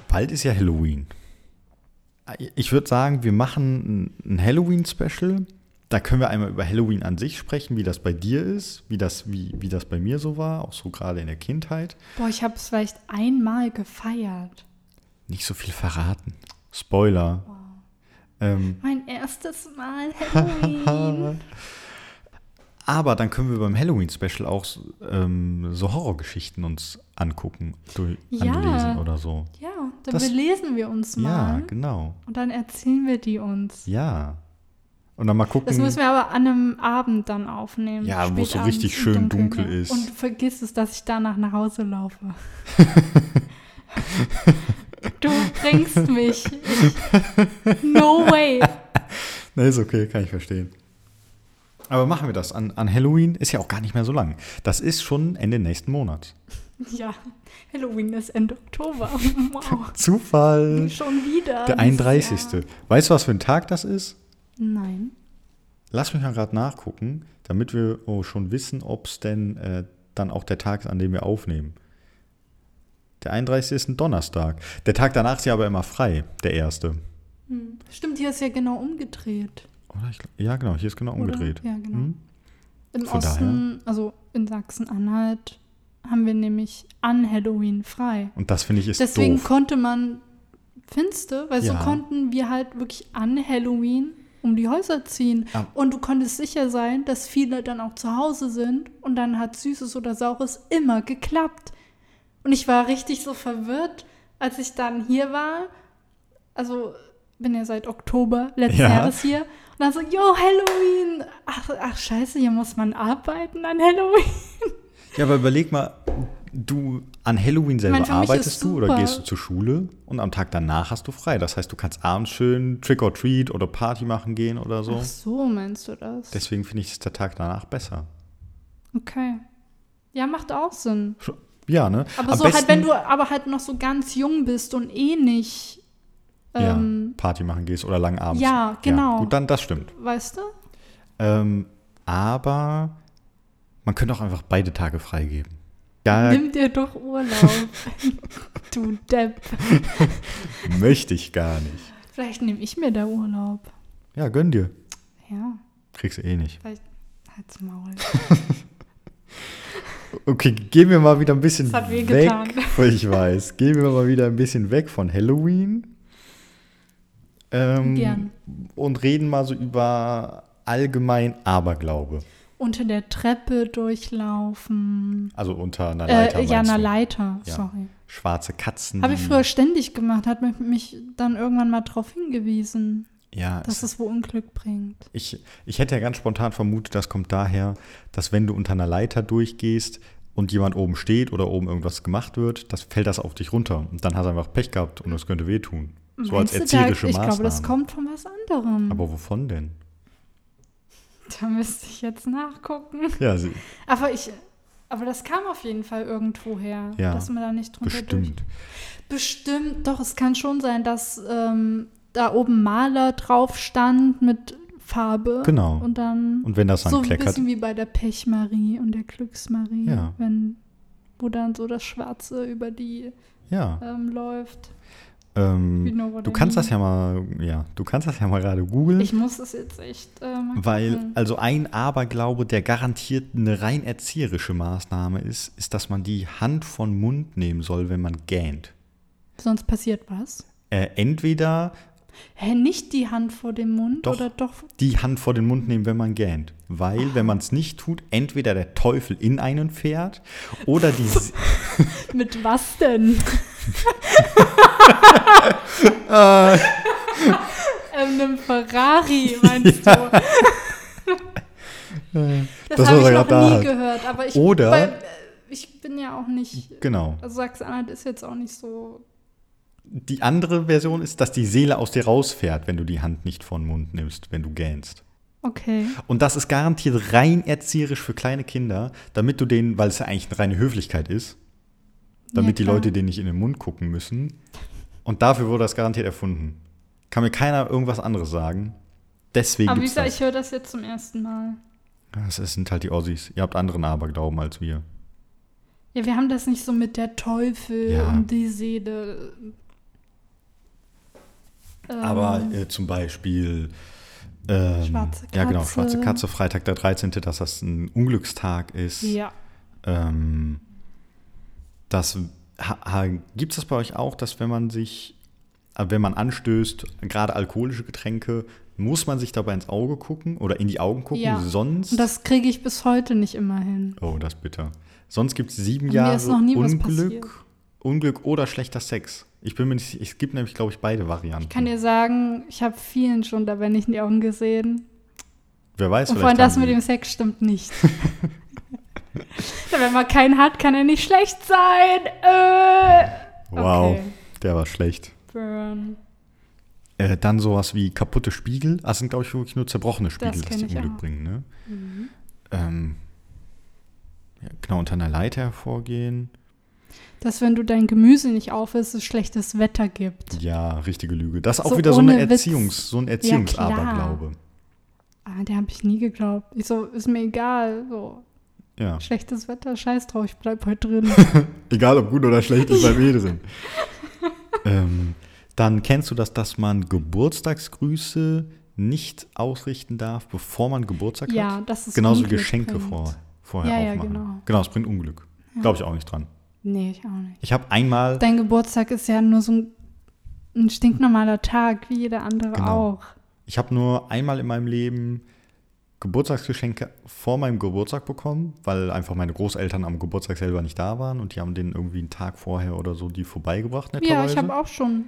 Speaker 1: Bald ist ja Halloween. Ich würde sagen, wir machen ein Halloween-Special. Da können wir einmal über Halloween an sich sprechen, wie das bei dir ist, wie das, wie, wie das bei mir so war, auch so gerade in der Kindheit.
Speaker 2: Boah, ich habe es vielleicht einmal gefeiert.
Speaker 1: Nicht so viel verraten. Spoiler. Ähm,
Speaker 2: Mein erstes Mal Halloween.
Speaker 1: aber dann können wir beim Halloween-Special auch ähm, so Horrorgeschichten uns angucken, du,
Speaker 2: Ja.
Speaker 1: anlesen oder so.
Speaker 2: ja, dann
Speaker 1: Das-
Speaker 2: belesen wir uns
Speaker 1: Ja,
Speaker 2: mal
Speaker 1: genau.
Speaker 2: und dann erzählen wir die uns.
Speaker 1: Ja. Und dann mal gucken.
Speaker 2: Das müssen wir aber an einem Abend dann aufnehmen.
Speaker 1: Hm. Ja, wo es so
Speaker 2: spätabends
Speaker 1: richtig
Speaker 2: im
Speaker 1: schön
Speaker 2: Dunkeln,
Speaker 1: dunkel
Speaker 2: ja.
Speaker 1: ist.
Speaker 2: Und vergiss es, dass ich danach nach Hause laufe. du bringst mich. Ich, no way.
Speaker 1: Na, ist okay, kann ich verstehen. Aber machen wir das. An, an Halloween ist ja auch gar nicht mehr so lang. Das ist schon Ende nächsten Monats.
Speaker 2: Ja, Halloween ist Ende Oktober. Wow.
Speaker 1: Zufall.
Speaker 2: Schon wieder.
Speaker 1: Der
Speaker 2: dieses
Speaker 1: 31.
Speaker 2: Jahr.
Speaker 1: Weißt du, was für ein Tag das ist?
Speaker 2: Nein.
Speaker 1: Lass mich mal gerade nachgucken, damit wir oh, schon wissen, ob es denn äh, dann auch der Tag ist, an dem wir aufnehmen. Der 31. ist ein Donnerstag. Der Tag danach ist ja aber immer frei, der erste.
Speaker 2: Hm. Stimmt, hier ist ja genau umgedreht.
Speaker 1: Oder ich, gl- ja, genau, hier ist genau
Speaker 2: Oder?
Speaker 1: umgedreht.
Speaker 2: Ja, genau.
Speaker 1: Hm?
Speaker 2: Im
Speaker 1: Von
Speaker 2: Osten, also in Sachsen-Anhalt, haben wir nämlich an Halloween frei.
Speaker 1: Und das finde ich ist
Speaker 2: Deswegen
Speaker 1: doof.
Speaker 2: konnte man, finste, weil
Speaker 1: Ja.
Speaker 2: so konnten wir halt wirklich an Halloween um die Häuser ziehen.
Speaker 1: Ah.
Speaker 2: Und du konntest sicher sein, dass viele dann auch zu Hause sind und dann hat Süßes oder Saures immer geklappt. Und ich war richtig so verwirrt, als ich dann hier war. Also bin ja seit Oktober letzten
Speaker 1: Ja.
Speaker 2: Jahres hier. Und dann so, yo, Halloween! Ach, ach, scheiße, hier muss man arbeiten an Halloween.
Speaker 1: Ja, aber überleg mal, du an Halloween selber
Speaker 2: meine, für mich
Speaker 1: arbeitest
Speaker 2: ist
Speaker 1: du oder
Speaker 2: super.
Speaker 1: gehst du zur Schule und am Tag danach hast du frei. Das heißt, du kannst abends schön Trick or Treat oder Party machen gehen oder so.
Speaker 2: Ach so, meinst du das?
Speaker 1: Deswegen finde ich, ist der Tag danach besser.
Speaker 2: Okay. Ja, macht auch Sinn.
Speaker 1: Sch- Ja, ne?
Speaker 2: Aber
Speaker 1: Am
Speaker 2: so halt, wenn du aber halt noch so ganz jung bist und eh nicht,
Speaker 1: ja,
Speaker 2: ähm,
Speaker 1: Party machen gehst oder lang abends.
Speaker 2: Ja, genau.
Speaker 1: Gut, dann das stimmt.
Speaker 2: weißt du?
Speaker 1: Ähm, aber man könnte auch einfach beide Tage freigeben. Ah, Ja,
Speaker 2: Nimm dir doch Urlaub. du Depp.
Speaker 1: möchte ich gar nicht.
Speaker 2: Vielleicht nehme ich mir da Urlaub.
Speaker 1: Ja, gönn dir.
Speaker 2: Ja,
Speaker 1: Kriegst du eh nicht.
Speaker 2: vielleicht halt's Maul.
Speaker 1: Okay, gehen wir mal wieder ein bisschen
Speaker 2: Das hat
Speaker 1: weg.
Speaker 2: wehgetan.
Speaker 1: Ich weiß. Gehen wir mal wieder ein bisschen weg von Halloween. Ähm,
Speaker 2: Gern.
Speaker 1: Und reden mal so über allgemein Aberglaube.
Speaker 2: Unter der Treppe durchlaufen.
Speaker 1: Also unter einer Leiter.
Speaker 2: Äh, ja,
Speaker 1: meinst
Speaker 2: einer
Speaker 1: du?
Speaker 2: Leiter,
Speaker 1: Ja. Mhm.
Speaker 2: sorry.
Speaker 1: Schwarze Katzen.
Speaker 2: Habe ich
Speaker 1: die-
Speaker 2: früher ständig gemacht, hat mich- mich dann irgendwann mal drauf hingewiesen,
Speaker 1: Ja,
Speaker 2: dass
Speaker 1: es,
Speaker 2: es wo Unglück bringt.
Speaker 1: ich, ich hätte ja ganz spontan vermutet, das kommt daher, dass wenn du unter einer Leiter durchgehst, und jemand oben steht oder oben irgendwas gemacht wird, das fällt das auf dich runter. Und dann hast du einfach Pech gehabt und das könnte wehtun. So als
Speaker 2: Meinst du, da-
Speaker 1: erzieherische
Speaker 2: Ich
Speaker 1: Maßnahme.
Speaker 2: glaube, das kommt von was anderem.
Speaker 1: Aber wovon denn?
Speaker 2: da müsste ich jetzt nachgucken.
Speaker 1: Ja, sie,
Speaker 2: Aber ich, aber das kam auf jeden Fall irgendwo her,
Speaker 1: Ja,
Speaker 2: dass man da nicht drunter
Speaker 1: bestimmt.
Speaker 2: Durch. Bestimmt, doch, es kann schon sein, dass ähm, da oben Maler drauf stand mit Farbe.
Speaker 1: Genau.
Speaker 2: Und dann
Speaker 1: Und wenn das dann
Speaker 2: so ein
Speaker 1: kleckert,
Speaker 2: bisschen wie bei der Pechmarie und der Glücksmarie,
Speaker 1: Ja.
Speaker 2: wenn wo dann so das Schwarze über die
Speaker 1: ja.
Speaker 2: ähm, läuft. You
Speaker 1: Ähm,
Speaker 2: know what
Speaker 1: du
Speaker 2: I
Speaker 1: kannst das
Speaker 2: mean.
Speaker 1: ja mal, ja, du kannst das ja mal gerade googeln.
Speaker 2: ne? Ich muss es jetzt echt äh, mal
Speaker 1: Weil
Speaker 2: gucken.
Speaker 1: also ein Aberglaube, der garantiert eine rein erzieherische Maßnahme ist, ist, dass man die Hand von Mund nehmen soll, wenn man gähnt.
Speaker 2: sonst passiert was.
Speaker 1: Äh, entweder
Speaker 2: Hä, nicht die Hand vor dem Mund
Speaker 1: Doch.
Speaker 2: oder doch
Speaker 1: die Hand vor den Mund nehmen, wenn man gähnt. Weil, wenn man es nicht tut, entweder der Teufel in einen fährt oder die. Se-
Speaker 2: mit was denn? ähm, einem Ferrari meinst du? Das,
Speaker 1: Das,
Speaker 2: habe
Speaker 1: was
Speaker 2: ich
Speaker 1: er
Speaker 2: noch
Speaker 1: gerade
Speaker 2: nie
Speaker 1: hat.
Speaker 2: gehört, aber ich,
Speaker 1: Oder-
Speaker 2: bei, äh, ich bin ja auch nicht.
Speaker 1: genau.
Speaker 2: Also Sachsen-Anhalt ist jetzt auch nicht so.
Speaker 1: Die andere Version ist, dass die Seele aus dir rausfährt, wenn du die Hand nicht vor den Mund nimmst, wenn du gähnst.
Speaker 2: Okay.
Speaker 1: Und das ist garantiert rein erzieherisch für kleine Kinder, damit du denen, weil es ja eigentlich eine reine Höflichkeit ist, damit die
Speaker 2: klar.
Speaker 1: Leute denen nicht in den Mund gucken müssen. Und dafür wurde das garantiert erfunden. Kann mir keiner irgendwas anderes sagen. Deswegen
Speaker 2: Aber wie
Speaker 1: gibt's halt.
Speaker 2: gesagt,
Speaker 1: das.
Speaker 2: ich höre das jetzt zum ersten Mal.
Speaker 1: Das ist- sind halt die Ossis. Ihr habt anderen Aberglauben als wir.
Speaker 2: Ja, wir haben das nicht so mit der Teufel
Speaker 1: Ja.
Speaker 2: und die Seele. Ähm,
Speaker 1: Aber äh, zum Beispiel. Ähm,
Speaker 2: Schwarze
Speaker 1: Ja, genau.
Speaker 2: Katze.
Speaker 1: Schwarze Katze, Freitag der 13., dass das ein Unglückstag ist.
Speaker 2: Ja.
Speaker 1: Ähm, das gibt es das bei euch auch, dass wenn man sich, äh, wenn man anstößt, gerade alkoholische Getränke, muss man sich dabei ins Auge gucken oder in die Augen gucken,
Speaker 2: Ja.
Speaker 1: sonst.
Speaker 2: Und das kriege ich bis heute nicht immer hin.
Speaker 1: oh, das ist bitter. Sonst gibt es sieben
Speaker 2: Mir
Speaker 1: Jahre
Speaker 2: ist noch nie was passiert.
Speaker 1: Unglück, Unglück oder schlechter Sex. Ich bin mir nicht, es gibt nämlich, glaube ich, beide Varianten.
Speaker 2: Kann dir sagen, ich habe vielen schon dabei nicht in die Augen gesehen.
Speaker 1: Wer weiß,
Speaker 2: Und vor allem
Speaker 1: vielleicht
Speaker 2: das
Speaker 1: haben
Speaker 2: mit
Speaker 1: die-
Speaker 2: dem Sex stimmt nicht. Wenn man keinen hat, kann er nicht schlecht sein. Äh.
Speaker 1: Wow,
Speaker 2: Okay.
Speaker 1: der war schlecht.
Speaker 2: Burn.
Speaker 1: Äh, dann sowas wie kaputte Spiegel. Das sind, glaube ich, wirklich nur zerbrochene Spiegel, dass
Speaker 2: kenn
Speaker 1: die
Speaker 2: ich
Speaker 1: Unglück
Speaker 2: auch.
Speaker 1: bringen. Ne?
Speaker 2: Mhm.
Speaker 1: Ähm, ja, genau, unter einer Leiter hervorgehen.
Speaker 2: Dass wenn du dein Gemüse nicht aufisst, es schlechtes Wetter gibt.
Speaker 1: Ja, richtige Lüge. Das ist auch
Speaker 2: So
Speaker 1: wieder so, eine
Speaker 2: ohne Witz.
Speaker 1: Erziehungs-, so ein
Speaker 2: klar.
Speaker 1: Erziehungsaberglaube.
Speaker 2: Ah, der habe ich nie geglaubt. Ich so, ist mir egal. So,
Speaker 1: Ja,
Speaker 2: schlechtes Wetter, scheiß drauf, ich bleib heute drin.
Speaker 1: Egal ob gut oder schlecht, ist bei mir drin. ähm, dann kennst du das, dass man Geburtstagsgrüße nicht ausrichten darf, bevor man Geburtstag
Speaker 2: ja,
Speaker 1: hat?
Speaker 2: das ist
Speaker 1: Genauso wie
Speaker 2: Unglück
Speaker 1: Geschenke
Speaker 2: bringt.
Speaker 1: vor, vorher
Speaker 2: Ja, ja,
Speaker 1: aufmachen.
Speaker 2: genau.
Speaker 1: genau, es bringt Unglück. Glaube ich auch nicht dran.
Speaker 2: Nee, ich auch nicht.
Speaker 1: Ich habe einmal
Speaker 2: Dein Geburtstag ist ja nur so ein, ein stinknormaler Tag, wie jeder andere
Speaker 1: Genau.
Speaker 2: auch.
Speaker 1: Ich habe nur einmal in meinem Leben Geburtstagsgeschenke vor meinem Geburtstag bekommen, weil einfach meine Großeltern am Geburtstag selber nicht da waren und die haben denen irgendwie einen Tag vorher oder so die vorbeigebracht.
Speaker 2: Ja, ich
Speaker 1: netterweise.
Speaker 2: habe auch schon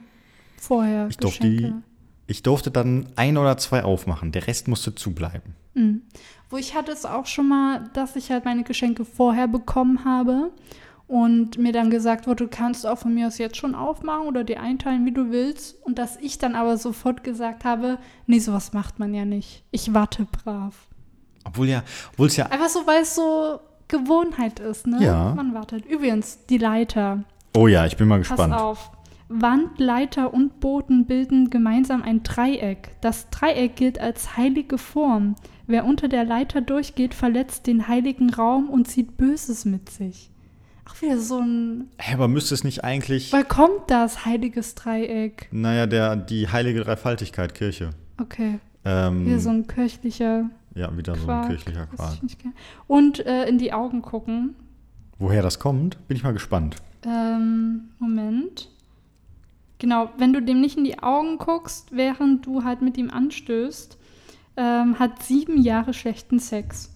Speaker 2: vorher
Speaker 1: Ich durfte
Speaker 2: Geschenke.
Speaker 1: Ich durfte dann ein oder zwei aufmachen, der Rest musste zubleiben.
Speaker 2: Mhm. Wo ich hatte es auch schon mal, dass ich halt meine Geschenke vorher bekommen habe und mir dann gesagt wurde, du kannst auch von mir aus jetzt schon aufmachen oder dir einteilen, wie du willst. Und dass ich dann aber sofort gesagt habe, nee, sowas macht man ja nicht. Ich warte brav.
Speaker 1: Obwohl ja, obwohl es ja,
Speaker 2: Einfach so, weil es so Gewohnheit ist, ne?
Speaker 1: Ja.
Speaker 2: Man wartet. Übrigens, die Leiter.
Speaker 1: oh ja, ich bin mal
Speaker 2: Pass
Speaker 1: gespannt.
Speaker 2: auf. Wand, Leiter und Boden bilden gemeinsam ein Dreieck. Das Dreieck gilt als heilige Form. Wer unter der Leiter durchgeht, verletzt den heiligen Raum und zieht Böses mit sich. Ach, wieder so ein.
Speaker 1: Hä, aber müsste es nicht eigentlich,
Speaker 2: Woher kommt das, heiliges Dreieck?
Speaker 1: naja, der, die heilige Dreifaltigkeit, Kirche.
Speaker 2: Okay,
Speaker 1: Ähm,
Speaker 2: hier so ein kirchlicher
Speaker 1: ja, wieder so Also ein
Speaker 2: Quark.
Speaker 1: kirchlicher
Speaker 2: Weiß
Speaker 1: Quark.
Speaker 2: ich nicht genau. Und äh, in die Augen gucken.
Speaker 1: Woher das kommt, bin ich mal gespannt.
Speaker 2: Ähm, Moment. Genau, wenn du dem nicht in die Augen guckst, während du halt mit ihm anstößt, ähm, hat sieben Jahre schlechten Sex.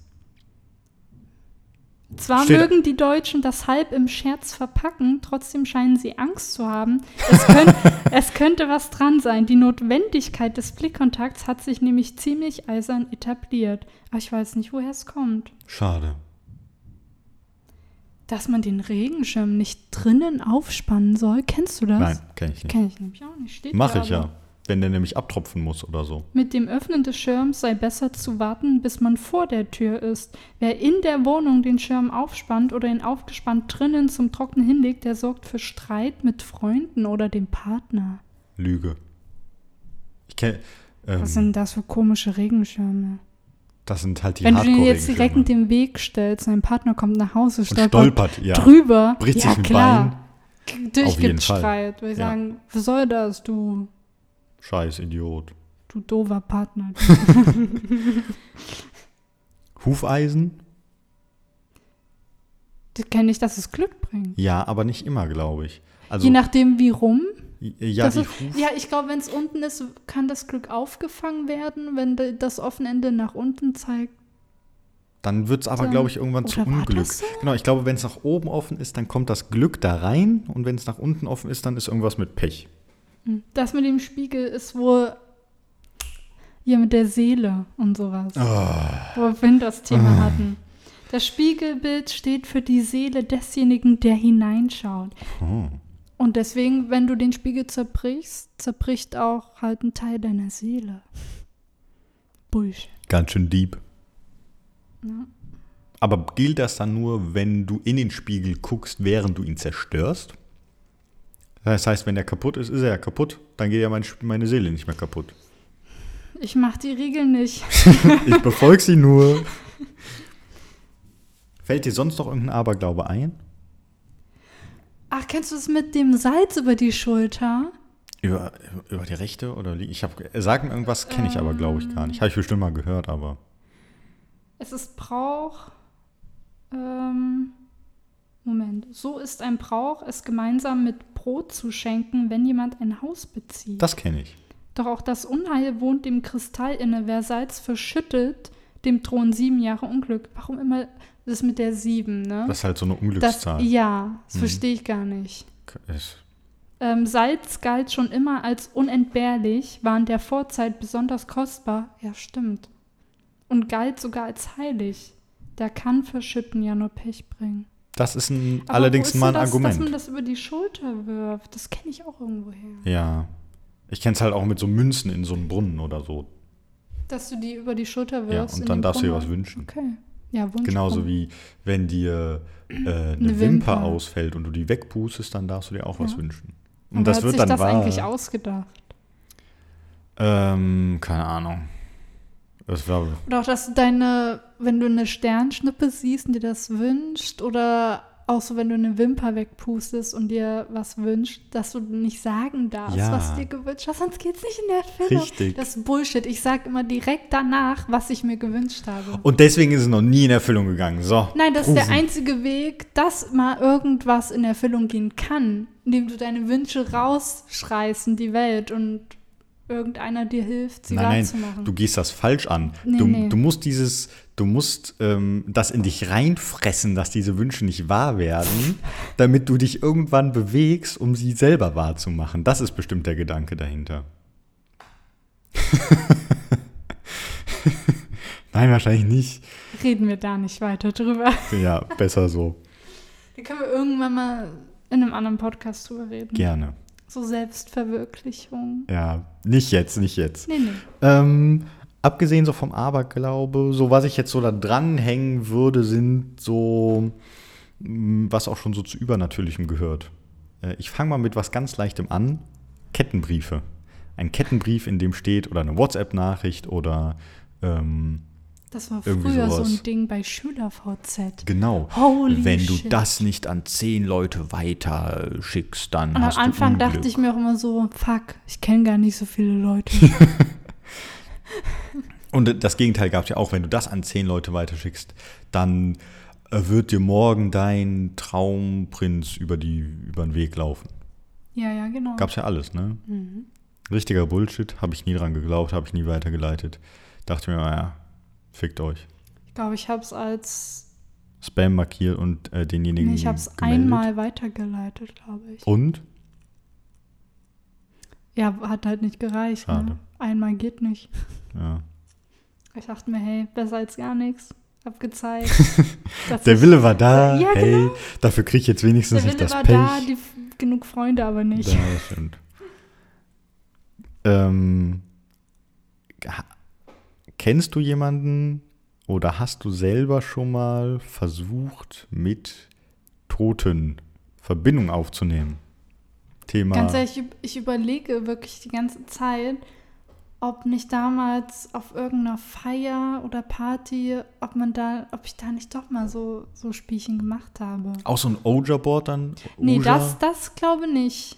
Speaker 2: Zwar
Speaker 1: Steht-
Speaker 2: mögen die Deutschen das halb im Scherz verpacken, trotzdem scheinen sie Angst zu haben. Es, könnt, es könnte was dran sein. Die Notwendigkeit des Blickkontakts hat sich nämlich ziemlich eisern etabliert. Aber ich weiß nicht, woher es kommt.
Speaker 1: Schade.
Speaker 2: Dass man den Regenschirm nicht drinnen aufspannen soll, kennst du das?
Speaker 1: Nein, kenne ich nicht.
Speaker 2: Kenn ich nämlich auch nicht. Steht
Speaker 1: Mache
Speaker 2: da
Speaker 1: ich
Speaker 2: aber.
Speaker 1: ja. Wenn der nämlich abtropfen muss oder so.
Speaker 2: Mit dem Öffnen des Schirms sei besser zu warten, bis man vor der Tür ist. Wer in der Wohnung den Schirm aufspannt oder ihn aufgespannt drinnen zum Trocknen hinlegt, der sorgt für Streit mit Freunden oder dem Partner.
Speaker 1: Lüge. Ich kenne. Ähm,
Speaker 2: Was sind denn das für komische Regenschirme?
Speaker 1: das sind halt die
Speaker 2: Wenn du den jetzt
Speaker 1: Hardcore-Regenschirme.
Speaker 2: direkt in den Weg stellst, dein Partner kommt nach Hause,
Speaker 1: und
Speaker 2: stolpert,
Speaker 1: stolpert, ja.
Speaker 2: drüber.
Speaker 1: Bricht
Speaker 2: ja,
Speaker 1: sich ein
Speaker 2: klar.
Speaker 1: Auf jeden Fall.
Speaker 2: Durchgestreit. Würde ich
Speaker 1: Ja.
Speaker 2: sagen, was soll das, du,
Speaker 1: Scheiß Idiot.
Speaker 2: du dover Partner?
Speaker 1: Hufeisen?
Speaker 2: Das kenne ich, dass es Glück bringt.
Speaker 1: Ja, aber nicht immer, glaube ich. Also,
Speaker 2: Je nachdem, wie rum.
Speaker 1: ja,
Speaker 2: das
Speaker 1: die
Speaker 2: ist,
Speaker 1: Huf,
Speaker 2: ja, ich glaube, wenn es unten ist, kann das Glück aufgefangen werden. Wenn de- das Offenende nach unten zeigt,
Speaker 1: dann wird es aber,
Speaker 2: Dann-
Speaker 1: glaube ich, irgendwann zu
Speaker 2: oder war das
Speaker 1: Unglück.
Speaker 2: so?
Speaker 1: Genau, ich glaube, wenn es nach oben offen ist, dann kommt das Glück da rein. Und wenn es nach unten offen ist, dann ist irgendwas mit Pech.
Speaker 2: das mit dem Spiegel ist wohl hier mit der Seele und sowas.
Speaker 1: Ah.
Speaker 2: Wo wir vorhin das Thema hatten. Das Spiegelbild steht für die Seele desjenigen, der hineinschaut.
Speaker 1: Oh.
Speaker 2: Und deswegen, wenn du den Spiegel zerbrichst, zerbricht auch halt ein Teil deiner Seele. Bullshit.
Speaker 1: Ganz schön deep.
Speaker 2: Ja.
Speaker 1: Aber gilt das dann nur, wenn du in den Spiegel guckst, während du ihn zerstörst? Das heißt, wenn er kaputt ist, ist er ja kaputt. Dann geht ja mein, Sp- meine Seele nicht mehr kaputt.
Speaker 2: Ich mach die Regel nicht.
Speaker 1: Ich befolge sie nur. Fällt dir sonst noch irgendein Aberglaube ein?
Speaker 2: Ach, kennst du es mit dem Salz über die Schulter?
Speaker 1: Über, über die Rechte oder li- ich habe sagen irgendwas kenne ich
Speaker 2: Ähm.
Speaker 1: aber glaube ich gar nicht. Habe ich bestimmt mal gehört, aber
Speaker 2: Es ist Brauch. Ähm, Moment. So ist ein Brauch, es gemeinsam mit Brot zu schenken, wenn jemand ein Haus bezieht.
Speaker 1: das kenne ich.
Speaker 2: Doch auch das Unheil wohnt dem Kristall inne. Wer Salz verschüttet, dem drohen sieben Jahre Unglück. Warum immer das mit der sieben, ne?
Speaker 1: Das ist halt so eine
Speaker 2: Das-
Speaker 1: Unglückszahl.
Speaker 2: ja, das
Speaker 1: Mhm.
Speaker 2: verstehe ich gar nicht.
Speaker 1: Ist-
Speaker 2: Ähm, Salz galt schon immer als unentbehrlich, war in der Vorzeit besonders kostbar. Ja, stimmt. Und galt sogar als heilig. Da kann Verschütten ja nur Pech bringen.
Speaker 1: Das ist ein,
Speaker 2: Aber wo
Speaker 1: allerdings
Speaker 2: ist
Speaker 1: mal ein
Speaker 2: denn das,
Speaker 1: Argument.
Speaker 2: Dass man das über die Schulter wirft, das kenne ich auch irgendwo her.
Speaker 1: Ja. Ich kenne es halt auch mit so Münzen in so einem Brunnen oder so.
Speaker 2: Dass du die über die Schulter
Speaker 1: Ja,
Speaker 2: wirfst.
Speaker 1: und
Speaker 2: in
Speaker 1: dann
Speaker 2: den
Speaker 1: darfst du dir
Speaker 2: Kummer.
Speaker 1: was wünschen.
Speaker 2: Okay. Ja, Wunsch.
Speaker 1: Genauso wie wenn dir äh, eine, Wimper.
Speaker 2: Wimper.
Speaker 1: ausfällt und du die wegpustest, dann darfst du dir auch was
Speaker 2: Ja.
Speaker 1: wünschen. Und
Speaker 2: Aber
Speaker 1: das
Speaker 2: hat
Speaker 1: wird
Speaker 2: sich
Speaker 1: dann
Speaker 2: das eigentlich
Speaker 1: wahr.
Speaker 2: ausgedacht?
Speaker 1: Ähm, keine Ahnung. Das war,
Speaker 2: Oder auch, dass du deine, wenn du eine Sternschnuppe siehst und dir das wünscht, oder auch so, wenn du eine Wimper wegpustest und dir was wünscht, dass du nicht sagen darfst,
Speaker 1: Ja.
Speaker 2: was dir gewünscht hast, sonst geht's nicht in der Erfüllung.
Speaker 1: Richtig.
Speaker 2: Das ist Bullshit. Ich sag immer direkt danach, was ich mir gewünscht habe.
Speaker 1: und deswegen ist es noch nie in Erfüllung gegangen. So.
Speaker 2: Nein, das ist der
Speaker 1: Rufen.
Speaker 2: einzige Weg, dass mal irgendwas in Erfüllung gehen kann, indem du deine Wünsche rausschreist in die Welt und irgendeiner dir hilft, sie
Speaker 1: Nein, nein,
Speaker 2: wahrzumachen.
Speaker 1: du gehst das falsch an.
Speaker 2: Nee,
Speaker 1: du,
Speaker 2: nee.
Speaker 1: du musst dieses, du musst ähm, das in dich reinfressen, dass diese Wünsche nicht wahr werden, damit du dich irgendwann bewegst, um sie selber wahr zu machen. Das ist bestimmt der Gedanke dahinter. nein, wahrscheinlich nicht.
Speaker 2: Reden wir da nicht weiter drüber.
Speaker 1: Ja, besser so.
Speaker 2: Da können wir irgendwann mal in einem anderen Podcast drüber reden.
Speaker 1: Gerne.
Speaker 2: So Selbstverwirklichung.
Speaker 1: Ja, nicht jetzt, nicht jetzt.
Speaker 2: Nee, nee.
Speaker 1: Ähm, abgesehen so vom Aberglaube, so was ich jetzt so da dranhängen würde, sind so, mh, was auch schon so zu Übernatürlichem gehört. Äh, ich fange mal mit was ganz Leichtem an. Kettenbriefe. Ein Kettenbrief, in dem steht, oder eine WhatsApp-Nachricht oder ähm,
Speaker 2: Das war
Speaker 1: Irgendwie
Speaker 2: früher so
Speaker 1: sowas.
Speaker 2: ein Ding bei SchülerVZ.
Speaker 1: genau.
Speaker 2: Holy
Speaker 1: Wenn du
Speaker 2: shit.
Speaker 1: das nicht an zehn Leute weiter schickst, dann
Speaker 2: Und am
Speaker 1: hast du
Speaker 2: Anfang
Speaker 1: Unglück.
Speaker 2: dachte ich mir auch immer so, fuck, ich kenne gar nicht so viele Leute.
Speaker 1: Und das Gegenteil gab es ja auch, wenn du das an zehn Leute weiterschickst, dann äh, wird dir morgen dein Traumprinz über, die, über den Weg laufen.
Speaker 2: Oh. ja, ja, genau.
Speaker 1: Gab's ja alles, ne? Richtiger Bullshit, habe ich nie dran geglaubt, habe ich nie weitergeleitet. Dachte mir, naja, fickt euch.
Speaker 2: Ich glaube, ich habe es als,
Speaker 1: Spam markiert und äh, denjenigen.
Speaker 2: nee, ich habe es
Speaker 1: gemeldet. Oh.
Speaker 2: einmal weitergeleitet, glaube ich.
Speaker 1: Und?
Speaker 2: Ja, hat halt nicht gereicht.
Speaker 1: Schade.
Speaker 2: Ne? Einmal geht nicht.
Speaker 1: Ja.
Speaker 2: Ich dachte mir, hey, besser als gar nichts. Hab gezeigt. dass
Speaker 1: Der
Speaker 2: ich-
Speaker 1: Wille war da,
Speaker 2: Ja,
Speaker 1: hey,
Speaker 2: genau.
Speaker 1: dafür kriege ich jetzt wenigstens
Speaker 2: Der
Speaker 1: nicht
Speaker 2: Wille
Speaker 1: das
Speaker 2: war
Speaker 1: Pech.
Speaker 2: da, die, f- genug Freunde aber nicht.
Speaker 1: Ja, das stimmt. Ähm, ha- kennst du jemanden oder hast du selber schon mal versucht, mit Toten Verbindung aufzunehmen? Thema.
Speaker 2: Ganz ehrlich, ich üb- ich überlege wirklich die ganze Zeit, ob nicht damals auf irgendeiner Feier oder Party, ob man da, ob ich da nicht doch mal so, so Spielchen gemacht habe.
Speaker 1: auch so ein Oja-Board dann?
Speaker 2: Nee,
Speaker 1: Ouija?
Speaker 2: das, das glaube nicht.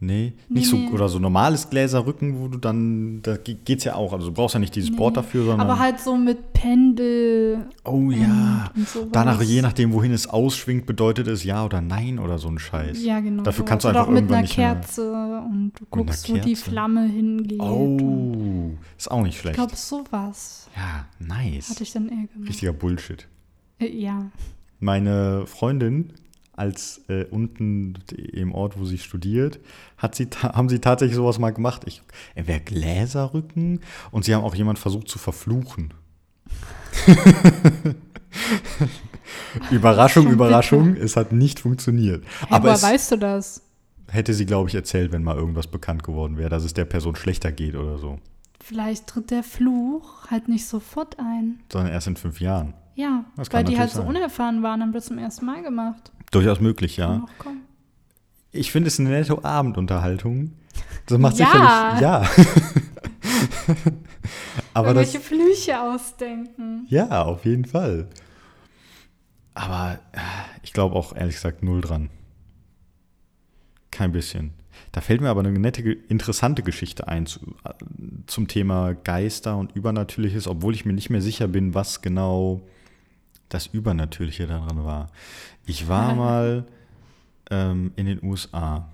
Speaker 1: Nee,
Speaker 2: Nee,
Speaker 1: nicht
Speaker 2: nee.
Speaker 1: so, oder so normales Gläserrücken, wo du dann, da ge- geht's ja auch, also du brauchst ja nicht dieses
Speaker 2: Nee.
Speaker 1: Board dafür, sondern,
Speaker 2: Aber halt so mit Pendel.
Speaker 1: oh ja,
Speaker 2: und- und sowas.
Speaker 1: danach, je nachdem, wohin es ausschwingt, bedeutet es ja oder nein oder so ein Scheiß.
Speaker 2: Ja, genau.
Speaker 1: Dafür
Speaker 2: sowas.
Speaker 1: kannst du
Speaker 2: Oder
Speaker 1: einfach
Speaker 2: auch mit
Speaker 1: irgendwann
Speaker 2: einer
Speaker 1: nicht mehr-
Speaker 2: Kerze und du
Speaker 1: einer
Speaker 2: guckst, wo die
Speaker 1: Kerze.
Speaker 2: Flamme hingeht. und-
Speaker 1: Oh, ist auch nicht
Speaker 2: Ich
Speaker 1: schlecht.
Speaker 2: glaube, sowas
Speaker 1: Ja, nice.
Speaker 2: hatte ich dann eher gemacht.
Speaker 1: Richtiger Bullshit.
Speaker 2: Äh, ja.
Speaker 1: Meine Freundin, als äh, unten im Ort, wo sie studiert, hat sie, ta- haben sie tatsächlich sowas mal gemacht. Ich, er wäre Gläserrücken und sie haben auch jemanden versucht zu verfluchen. Überraschung,
Speaker 2: Schon bitter.
Speaker 1: Überraschung, es hat nicht funktioniert.
Speaker 2: Hey,
Speaker 1: Aber
Speaker 2: woher
Speaker 1: es
Speaker 2: weißt du das?
Speaker 1: hätte sie, glaube ich, erzählt, wenn mal irgendwas bekannt geworden wäre, dass es der Person schlechter geht oder so.
Speaker 2: Vielleicht tritt der Fluch halt nicht sofort ein.
Speaker 1: Sondern erst in fünf Jahren.
Speaker 2: Ja,
Speaker 1: Das kann
Speaker 2: weil die halt
Speaker 1: natürlich
Speaker 2: so
Speaker 1: sein.
Speaker 2: unerfahren waren, haben das zum ersten Mal gemacht.
Speaker 1: Durchaus möglich, ja.
Speaker 2: Ach, komm.
Speaker 1: Ich finde es eine nette Abendunterhaltung. Das macht
Speaker 2: Ja.
Speaker 1: sicherlich. Ja. Aber das.
Speaker 2: Irgendwelche Flüche ausdenken.
Speaker 1: Ja, auf jeden Fall. Aber äh, ich glaube auch ehrlich gesagt null dran. Kein bisschen. Da fällt mir aber eine nette, ge- interessante Geschichte ein zu, äh, zum Thema Geister und Übernatürliches, obwohl ich mir nicht mehr sicher bin, was genau das Übernatürliche daran war. Ich war mal ähm, in den USA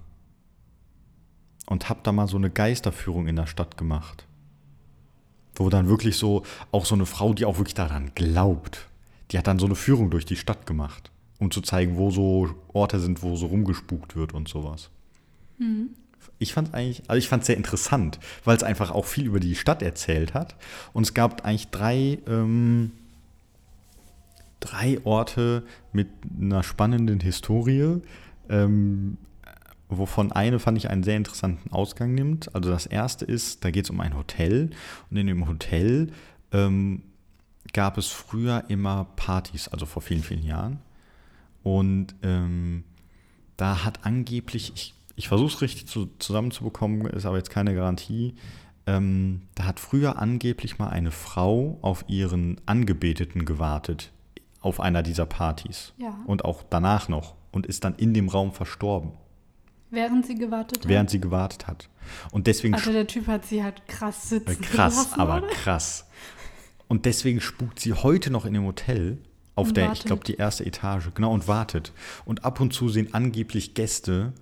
Speaker 1: und habe da mal so eine Geisterführung in der Stadt gemacht. Wo dann wirklich so, auch so eine Frau, die auch wirklich daran glaubt, die hat dann so eine Führung durch die Stadt gemacht, um zu zeigen, wo so Orte sind, wo so rumgespukt wird und sowas. Ich fand eigentlich, also ich fand sehr interessant, weil es einfach auch viel über die Stadt erzählt hat. Und es gab eigentlich drei, ähm, drei Orte mit einer spannenden Historie, ähm, wovon eine fand ich einen sehr interessanten Ausgang nimmt. Also das erste ist, da geht es um ein Hotel und in dem Hotel ähm, gab es früher immer Partys, also vor vielen, vielen Jahren. Und ähm, da hat angeblich, ich, ich versuche es richtig zu, zusammenzubekommen, ist aber jetzt keine Garantie, ähm, da hat früher angeblich mal eine Frau auf ihren Angebeteten gewartet, auf einer dieser Partys.
Speaker 2: Ja.
Speaker 1: Und auch danach noch. Und ist dann in dem Raum verstorben,
Speaker 2: Während sie gewartet haben.
Speaker 1: während sie gewartet hat. Und deswegen
Speaker 2: Also der Typ hat sie halt krass sitzen
Speaker 1: Äh, Krass,
Speaker 2: gelassen,
Speaker 1: aber
Speaker 2: oder?
Speaker 1: krass. Und deswegen spukt sie heute noch in dem Hotel, auf
Speaker 2: Und
Speaker 1: der, ich
Speaker 2: wartet.
Speaker 1: glaube, die erste Etage, genau, und wartet. Und ab und zu sehen angeblich Gäste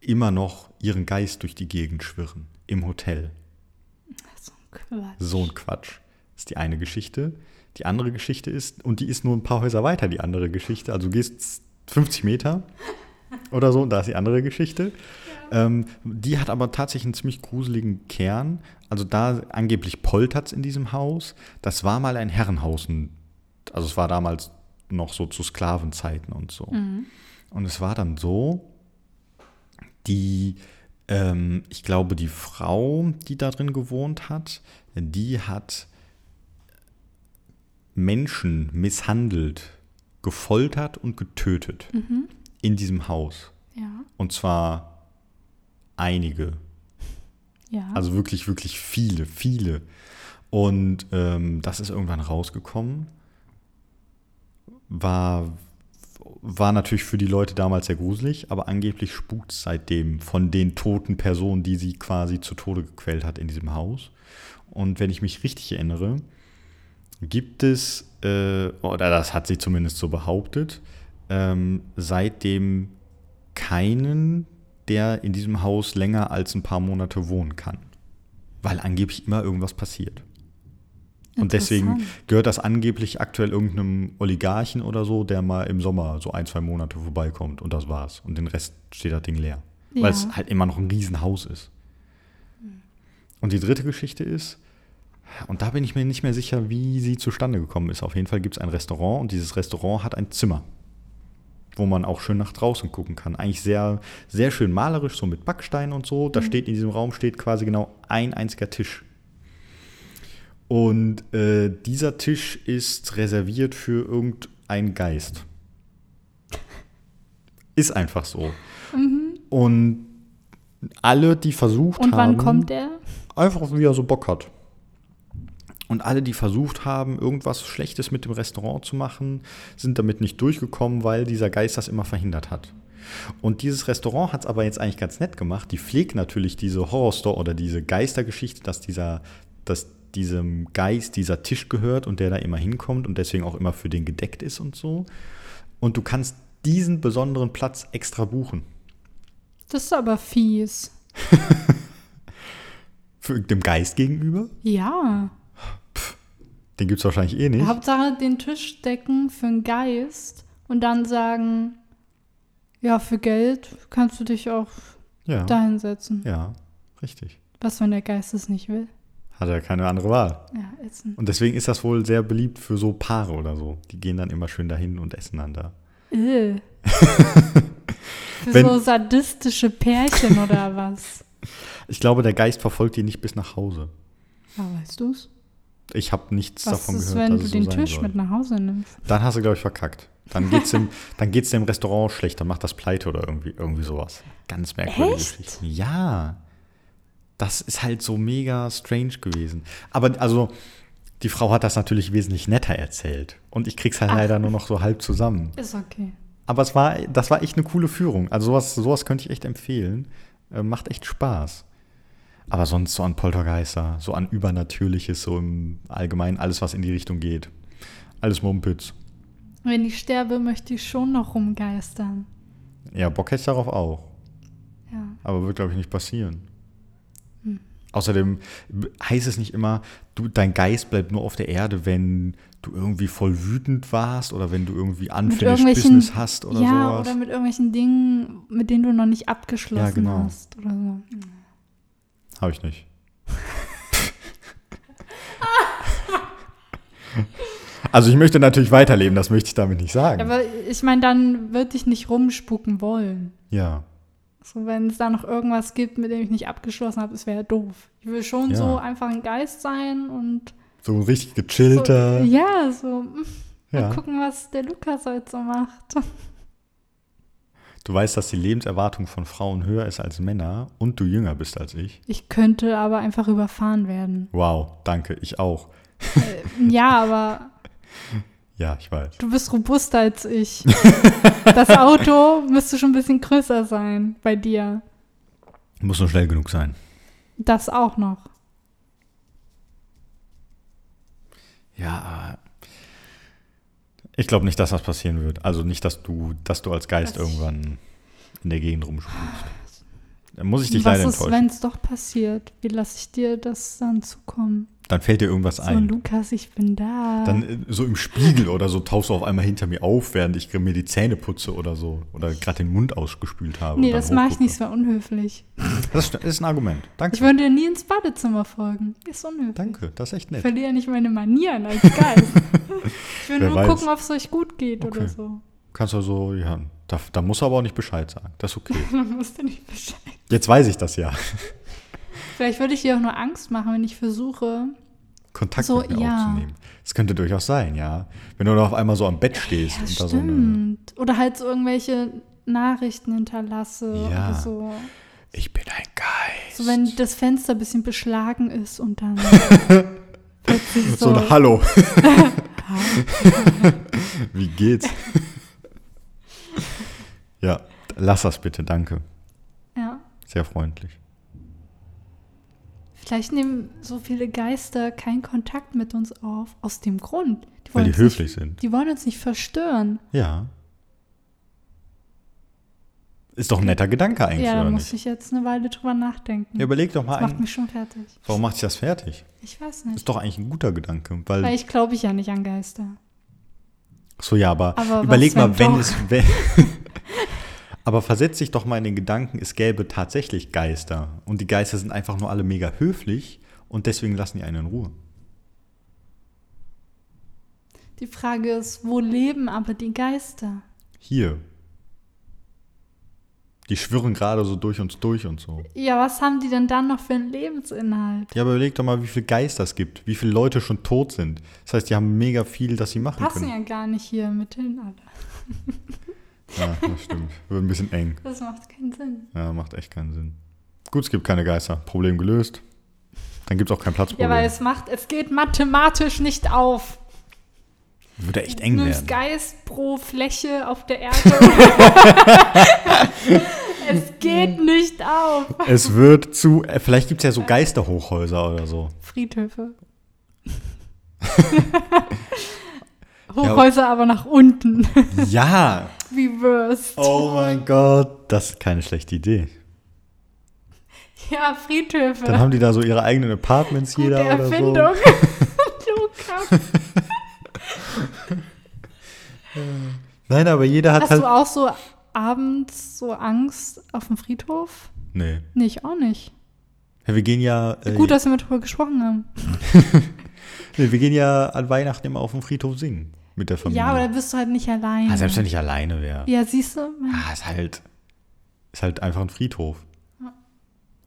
Speaker 1: immer noch ihren Geist durch die Gegend schwirren. Im Hotel.
Speaker 2: So ein Quatsch.
Speaker 1: So ein Quatsch. Das ist die eine Geschichte. Die andere Geschichte ist, und die ist nur ein paar Häuser weiter, die andere Geschichte. Also du gehst 50 Meter oder so, und da ist die andere Geschichte. Ähm, die hat aber tatsächlich einen ziemlich gruseligen Kern. Also da angeblich poltert's in diesem Haus. Das war mal ein Herrenhaus. ein- Also es war damals noch so zu Sklavenzeiten und so. Und es war dann so, die, ähm, ich glaube, die Frau, die da drin gewohnt hat, die hat Menschen misshandelt, gefoltert und getötet in diesem Haus.
Speaker 2: Ja,
Speaker 1: Und zwar einige.
Speaker 2: ja.
Speaker 1: Also wirklich, wirklich viele, viele. Und ähm, das ist irgendwann rausgekommen. War, war natürlich für die Leute damals sehr gruselig, aber angeblich spukt es seitdem von den toten Personen, die sie quasi zu Tode gequält hat in diesem Haus. Und wenn ich mich richtig erinnere, gibt es, äh, oder das hat sie zumindest so behauptet, ähm, seitdem keinen, der in diesem Haus länger als ein paar Monate wohnen kann. Weil angeblich immer irgendwas passiert. Und deswegen
Speaker 2: Interessant.
Speaker 1: gehört das angeblich aktuell irgendeinem Oligarchen oder so, der mal im Sommer so ein, zwei Monate vorbeikommt und das war's. Und den Rest steht das Ding leer.
Speaker 2: Ja.
Speaker 1: Weil es halt immer noch ein Riesenhaus ist. Und die dritte Geschichte ist, Und da bin ich mir nicht mehr sicher, wie sie zustande gekommen ist. Auf jeden Fall gibt es ein Restaurant und dieses Restaurant hat ein Zimmer, wo man auch schön nach draußen gucken kann. Eigentlich sehr, sehr schön malerisch, so mit Backstein und so. Da steht in diesem Raum steht quasi genau ein einziger Tisch. Und äh, dieser Tisch ist reserviert für irgendeinen Geist. Ist einfach so. Und alle, die versucht
Speaker 2: Mhm. Und
Speaker 1: haben
Speaker 2: wann kommt er?
Speaker 1: einfach wie er so Bock hat. Und alle, die versucht haben, irgendwas Schlechtes mit dem Restaurant zu machen, sind damit nicht durchgekommen, weil dieser Geist das immer verhindert hat. Und dieses Restaurant hat es aber jetzt eigentlich ganz nett gemacht. Die pflegt natürlich diese Horrorstore oder diese Geistergeschichte, dass dieser, dass diesem Geist dieser Tisch gehört und der da immer hinkommt und deswegen auch immer für den gedeckt ist und so. Und du kannst diesen besonderen Platz extra buchen.
Speaker 2: Das ist aber fies.
Speaker 1: Für dem Geist gegenüber?
Speaker 2: Ja.
Speaker 1: Den gibt es wahrscheinlich eh nicht.
Speaker 2: Hauptsache den Tisch decken für einen Geist und dann sagen, ja, für Geld kannst du dich auch
Speaker 1: Ja.
Speaker 2: da hinsetzen.
Speaker 1: Ja, richtig.
Speaker 2: Was, wenn der Geist es nicht will?
Speaker 1: Hat er keine andere Wahl.
Speaker 2: Ja, essen.
Speaker 1: Und deswegen ist das wohl sehr beliebt für so Paare oder so. Die gehen dann immer schön dahin und essen dann da.
Speaker 2: Äh. für
Speaker 1: Wenn-
Speaker 2: so sadistische Pärchen oder was?
Speaker 1: Ich glaube, der Geist verfolgt die nicht bis nach Hause.
Speaker 2: Ja, weißt du's?
Speaker 1: Ich habe nichts
Speaker 2: Was
Speaker 1: davon
Speaker 2: ist,
Speaker 1: gehört,
Speaker 2: wenn
Speaker 1: dass
Speaker 2: du
Speaker 1: es
Speaker 2: den
Speaker 1: so sein
Speaker 2: Tisch
Speaker 1: soll.
Speaker 2: mit nach Hause nimmst?
Speaker 1: Dann hast du, glaube ich, verkackt. Dann geht's dem, dann geht's dem Restaurant schlecht, dann macht das pleite oder irgendwie, irgendwie sowas. Ganz merkwürdige
Speaker 2: Echt?
Speaker 1: Geschichten. Ja. Das ist halt so mega strange gewesen. Aber also, die Frau hat das natürlich wesentlich netter erzählt. Und ich krieg's halt
Speaker 2: Ach.
Speaker 1: leider nur noch so halb zusammen.
Speaker 2: Ist okay.
Speaker 1: Aber es war, das war echt eine coole Führung. Also sowas, sowas könnte ich echt empfehlen. Äh, macht echt Spaß. Aber sonst so an Poltergeister, so an Übernatürliches, so im Allgemeinen, alles, was in die Richtung geht. Alles Mumpitz.
Speaker 2: Wenn ich sterbe, möchte ich schon noch rumgeistern.
Speaker 1: Ja, Bock hätte ich darauf auch.
Speaker 2: Ja.
Speaker 1: Aber wird, glaube ich, nicht passieren.
Speaker 2: Hm.
Speaker 1: Außerdem b- heißt es nicht immer, du, dein Geist bleibt nur auf der Erde, wenn du irgendwie voll wütend warst oder wenn du irgendwie unfinished Business hast oder
Speaker 2: ja,
Speaker 1: sowas.
Speaker 2: oder mit irgendwelchen Dingen, mit denen du noch nicht abgeschlossen
Speaker 1: Ja, genau.
Speaker 2: hast oder so.
Speaker 1: Habe ich nicht. also ich möchte natürlich weiterleben, das möchte ich damit nicht sagen.
Speaker 2: Aber ich meine, dann würde ich nicht rumspucken wollen.
Speaker 1: ja,
Speaker 2: So, wenn es da noch irgendwas gibt, mit dem ich nicht abgeschlossen habe, das wäre ja doof. Ich will schon
Speaker 1: Ja.
Speaker 2: so einfach ein Geist sein und
Speaker 1: so ein richtig
Speaker 2: so,
Speaker 1: gechillter.
Speaker 2: ja, so mm, mal
Speaker 1: ja.
Speaker 2: gucken, was der Lukas heute so macht.
Speaker 1: Du weißt, dass die Lebenserwartung von Frauen höher ist als Männer und du jünger bist als ich.
Speaker 2: Ich könnte aber einfach überfahren werden.
Speaker 1: Wow, danke, ich auch.
Speaker 2: Ja, aber
Speaker 1: Ja, ich weiß.
Speaker 2: du bist robuster als ich. Das Auto müsste schon ein bisschen größer sein bei dir.
Speaker 1: Muss nur schnell genug sein.
Speaker 2: Das auch noch.
Speaker 1: Ja, aber ich glaube nicht, dass das passieren wird. Also nicht, dass du, dass du als Geist
Speaker 2: Dass ich-
Speaker 1: irgendwann in der Gegend rumspulst. Da muss ich dich
Speaker 2: Ah, Was
Speaker 1: leider
Speaker 2: ist,
Speaker 1: enttäuschen.
Speaker 2: wenn es doch passiert? Wie lasse ich dir das dann zukommen?
Speaker 1: Dann fällt dir irgendwas
Speaker 2: So,
Speaker 1: ein.
Speaker 2: Lukas, ich bin da.
Speaker 1: Dann äh, so im Spiegel oder so tauchst du auf einmal hinter mir auf, während ich mir die Zähne putze oder so. Oder gerade den Mund ausgespült habe.
Speaker 2: nee,
Speaker 1: und dann
Speaker 2: das mache ich
Speaker 1: hochgucke.
Speaker 2: nicht, das wäre unhöflich.
Speaker 1: Das ist- ist ein Argument.
Speaker 2: Ich
Speaker 1: Danke.
Speaker 2: würde dir nie ins Badezimmer folgen. Ist unhöflich.
Speaker 1: Danke, das ist echt
Speaker 2: Ich
Speaker 1: nett.
Speaker 2: verliere nicht meine Manieren als Geist. ich will
Speaker 1: Wer
Speaker 2: nur
Speaker 1: weiß.
Speaker 2: gucken, ob es euch gut geht oder
Speaker 1: Okay.
Speaker 2: so.
Speaker 1: Kannst du so, ja, da, da muss er aber auch nicht Bescheid sagen. Das ist okay.
Speaker 2: Dann musst du nicht Bescheid.
Speaker 1: Jetzt weiß ich das ja.
Speaker 2: Vielleicht würde ich dir auch nur Angst machen, wenn ich versuche.
Speaker 1: Kontakt
Speaker 2: So,
Speaker 1: mit mir
Speaker 2: ja.
Speaker 1: aufzunehmen. Das könnte durchaus sein, ja. Wenn du da auf einmal so am Bett stehst
Speaker 2: Ja,
Speaker 1: und da so eine,
Speaker 2: stimmt. oder halt so irgendwelche Nachrichten hinterlasse
Speaker 1: Ja.
Speaker 2: oder so.
Speaker 1: ich bin ein Geist.
Speaker 2: So, wenn das Fenster ein bisschen beschlagen ist und dann. plötzlich
Speaker 1: So ein Hallo. Wie geht's? ja, lass das bitte, danke.
Speaker 2: ja.
Speaker 1: Sehr freundlich.
Speaker 2: Vielleicht nehmen so viele Geister keinen Kontakt mit uns auf. Aus dem Grund. Die
Speaker 1: Weil die
Speaker 2: uns
Speaker 1: höflich
Speaker 2: nicht,
Speaker 1: sind.
Speaker 2: Die wollen uns nicht verstören.
Speaker 1: Ja. Ist doch ein netter Gedanke eigentlich,
Speaker 2: ja, da
Speaker 1: oder
Speaker 2: muss
Speaker 1: nicht?
Speaker 2: ich jetzt eine Weile drüber nachdenken.
Speaker 1: Ja, überleg doch mal,
Speaker 2: das macht
Speaker 1: ein,
Speaker 2: mich schon fertig.
Speaker 1: warum macht sich das fertig?
Speaker 2: Ich weiß nicht.
Speaker 1: Ist doch eigentlich ein guter Gedanke. Weil,
Speaker 2: Weil ich glaube ich ja nicht an Geister.
Speaker 1: so, ja, aber,
Speaker 2: Aber
Speaker 1: überleg
Speaker 2: was, wenn
Speaker 1: mal, wenn
Speaker 2: doch?
Speaker 1: es. Wenn, aber versetz dich doch mal in den Gedanken, es gäbe tatsächlich Geister. Und die Geister sind einfach nur alle mega höflich und deswegen lassen die einen in Ruhe.
Speaker 2: Die Frage ist, wo leben aber die Geister?
Speaker 1: Hier. Die schwirren gerade so durch uns durch und so.
Speaker 2: Ja, was haben die denn dann noch für einen Lebensinhalt?
Speaker 1: Ja, aber überleg doch mal, wie viele Geister es gibt, wie viele Leute schon tot sind. Das heißt, die haben mega viel, das sie machen
Speaker 2: Passen
Speaker 1: können.
Speaker 2: ja gar nicht hier mit hin, alle.
Speaker 1: Ja, das stimmt. Wird ein bisschen eng.
Speaker 2: Das macht keinen Sinn.
Speaker 1: Ja, macht echt keinen Sinn. Gut, es gibt keine Geister. Problem gelöst. Dann gibt es auch kein
Speaker 2: Ja,
Speaker 1: Platzproblem.
Speaker 2: weil es macht, es geht mathematisch nicht auf.
Speaker 1: Würde echt
Speaker 2: Du
Speaker 1: eng
Speaker 2: nimmst
Speaker 1: werden.
Speaker 2: Geist pro Fläche auf der Erde. es geht nicht auf.
Speaker 1: Es wird zu. äh, Vielleicht gibt es ja so Geisterhochhäuser oder so.
Speaker 2: Friedhöfe. Hochhäuser aber nach unten.
Speaker 1: Ja!
Speaker 2: Reversed.
Speaker 1: Oh mein Gott. Das ist keine schlechte Idee.
Speaker 2: Ja, Friedhöfe.
Speaker 1: Dann haben die da so ihre eigenen Apartments
Speaker 2: Gute
Speaker 1: jeder oder so.
Speaker 2: Erfindung. Lukas.
Speaker 1: Nein, aber jeder hat
Speaker 2: Hast
Speaker 1: halt.
Speaker 2: du auch so abends so Angst auf dem Friedhof?
Speaker 1: Nee.
Speaker 2: Nee, ich auch nicht.
Speaker 1: Ja, Wir gehen ja. Äh,
Speaker 2: Gut, dass wir mit drüber gesprochen haben.
Speaker 1: nee, wir gehen ja an Weihnachten immer auf dem Friedhof singen. Mit der Familie.
Speaker 2: Ja, aber da bist du halt nicht allein.
Speaker 1: ah, selbst wenn ich alleine wäre.
Speaker 2: ja, siehst du?
Speaker 1: Ah, ist halt. Ist halt einfach ein Friedhof.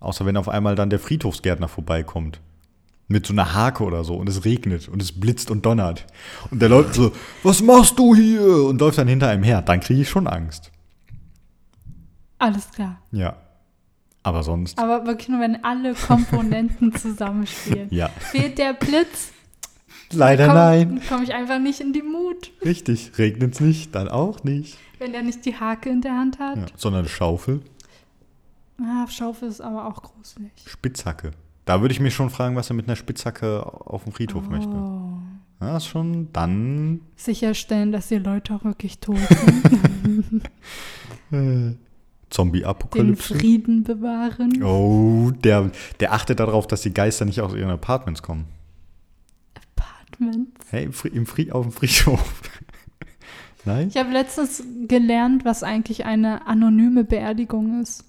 Speaker 1: Außer wenn auf einmal dann der Friedhofsgärtner vorbeikommt. Mit so einer Hake oder so und es regnet und es blitzt und donnert. Und der läuft so, was machst du hier? Und läuft dann hinter einem her. Dann kriege ich schon Angst.
Speaker 2: Alles klar.
Speaker 1: Ja. Aber sonst.
Speaker 2: Aber wirklich nur, wenn alle Komponenten zusammenspielen.
Speaker 1: Ja.
Speaker 2: Fehlt der Blitz,
Speaker 1: Leider nein.
Speaker 2: komme komm ich einfach nicht in die Mut,
Speaker 1: Richtig. Regnet's nicht, dann auch nicht.
Speaker 2: wenn der nicht die Hake in der Hand
Speaker 1: Ja.
Speaker 2: hat.
Speaker 1: Sondern eine Schaufel,
Speaker 2: Ah, Schaufel ist aber auch gruselig.
Speaker 1: Spitzhacke. Da würde ich mich schon fragen, was er mit einer Spitzhacke auf dem Friedhof möchte.
Speaker 2: Oh.
Speaker 1: Ja, ist schon dann.
Speaker 2: Sicherstellen, dass die Leute auch wirklich tot sind, den
Speaker 1: äh, Zombie-Apokalypse.
Speaker 2: Frieden bewahren.
Speaker 1: Oh, der, der achtet darauf, dass die Geister nicht aus ihren Apartments kommen.
Speaker 2: Apartments.
Speaker 1: Hey, im Fri im Fri auf dem Friedhof. Nein?
Speaker 2: Ich habe letztens gelernt, was eigentlich eine anonyme Beerdigung ist.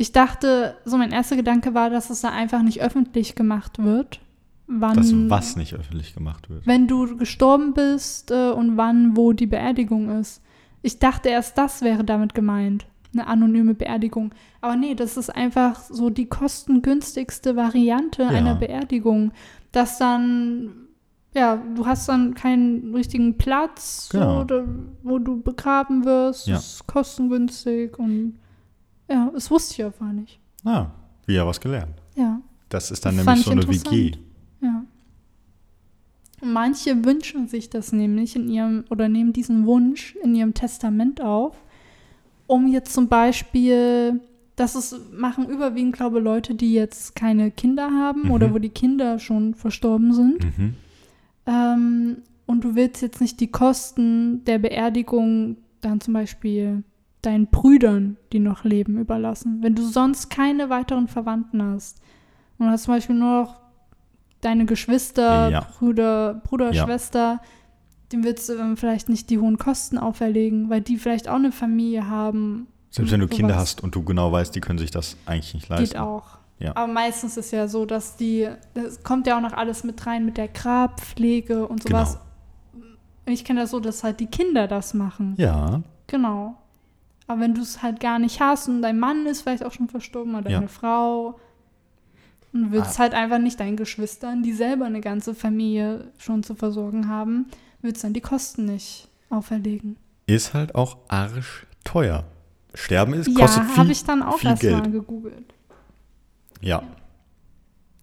Speaker 2: Ich dachte, so mein erster Gedanke war, dass es da einfach nicht öffentlich gemacht wird. Wann,
Speaker 1: Dass was nicht öffentlich gemacht wird.
Speaker 2: Wenn du gestorben bist äh, und wann, wo die Beerdigung ist. Ich dachte erst, das wäre damit gemeint. Eine anonyme Beerdigung. Aber nee, das ist einfach so die kostengünstigste Variante einer Beerdigung. Dass dann, ja, du hast dann keinen richtigen Platz,
Speaker 1: Genau.
Speaker 2: so, da, wo du begraben wirst.
Speaker 1: Ja.
Speaker 2: Ist kostengünstig und ja, das wusste ich einfach nicht.
Speaker 1: Ah, wieder was gelernt.
Speaker 2: Ja.
Speaker 1: Das ist dann
Speaker 2: Das
Speaker 1: nämlich so
Speaker 2: fand
Speaker 1: eine
Speaker 2: ich
Speaker 1: WG.
Speaker 2: interessant. Ja. Manche wünschen sich das nämlich in ihrem oder nehmen diesen Wunsch in ihrem Testament auf, um jetzt zum Beispiel, das ist, machen überwiegend, glaube ich, Leute, die jetzt keine Kinder haben
Speaker 1: Mhm.
Speaker 2: oder wo die Kinder schon verstorben sind.
Speaker 1: Mhm.
Speaker 2: Ähm, und du willst jetzt nicht die Kosten der Beerdigung dann zum Beispiel deinen Brüdern, die noch leben, überlassen. Wenn du sonst keine weiteren Verwandten hast und hast zum Beispiel nur noch deine Geschwister,
Speaker 1: Ja.
Speaker 2: Brüder, Bruder,
Speaker 1: Ja.
Speaker 2: Schwester, dem willst du ähm, vielleicht nicht die hohen Kosten auferlegen, weil die vielleicht auch eine Familie haben.
Speaker 1: Selbst wenn du
Speaker 2: Sowas
Speaker 1: Kinder hast und du genau weißt, die können sich das eigentlich nicht leisten.
Speaker 2: Geht auch.
Speaker 1: Ja.
Speaker 2: Aber meistens ist ja so, dass die, das kommt ja auch noch alles mit rein mit der Grabpflege und
Speaker 1: Genau.
Speaker 2: sowas. Und Ich kenne das so, dass halt die Kinder das machen.
Speaker 1: Ja,
Speaker 2: Genau. Aber wenn du es halt gar nicht hast und dein Mann ist vielleicht auch schon verstorben oder
Speaker 1: Ja. Ah.
Speaker 2: deine Frau und du willst halt einfach nicht deinen Geschwistern, die selber eine ganze Familie schon zu versorgen haben, willst dann die Kosten nicht auferlegen.
Speaker 1: ist halt auch arschteuer. Sterben ist, kostet
Speaker 2: Ja,
Speaker 1: viel,
Speaker 2: habe ich dann auch
Speaker 1: viel Geld.
Speaker 2: erstmal gegoogelt.
Speaker 1: Ja,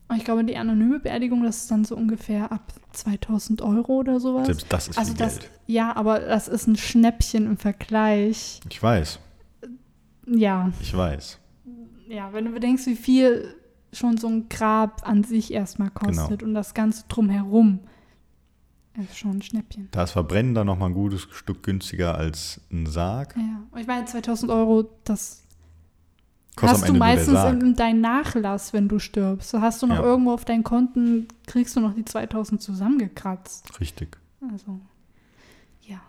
Speaker 2: Und ich glaube, die anonyme Beerdigung, das ist dann so ungefähr ab 2000 Euro oder sowas.
Speaker 1: selbst das ist
Speaker 2: also
Speaker 1: viel
Speaker 2: das,
Speaker 1: Geld.
Speaker 2: ja, aber das ist ein Schnäppchen im Vergleich.
Speaker 1: Ich weiß,
Speaker 2: Ja,
Speaker 1: ich weiß.
Speaker 2: ja, wenn du bedenkst, wie viel schon so ein Grab an sich erstmal
Speaker 1: Genau.
Speaker 2: kostet und das Ganze drumherum, ist schon ein Schnäppchen.
Speaker 1: Da ist Verbrennen dann nochmal ein gutes Stück günstiger als ein Sarg.
Speaker 2: Ja, und ich meine, 2000 Euro, das
Speaker 1: Kostet
Speaker 2: hast
Speaker 1: am Ende
Speaker 2: du
Speaker 1: nur
Speaker 2: meistens
Speaker 1: der
Speaker 2: in,
Speaker 1: Sarg.
Speaker 2: in deinen Nachlass, wenn du stirbst. So hast du noch
Speaker 1: Ja.
Speaker 2: irgendwo auf deinen Konten, kriegst du noch die 2000 zusammengekratzt.
Speaker 1: Richtig.
Speaker 2: Also, ja,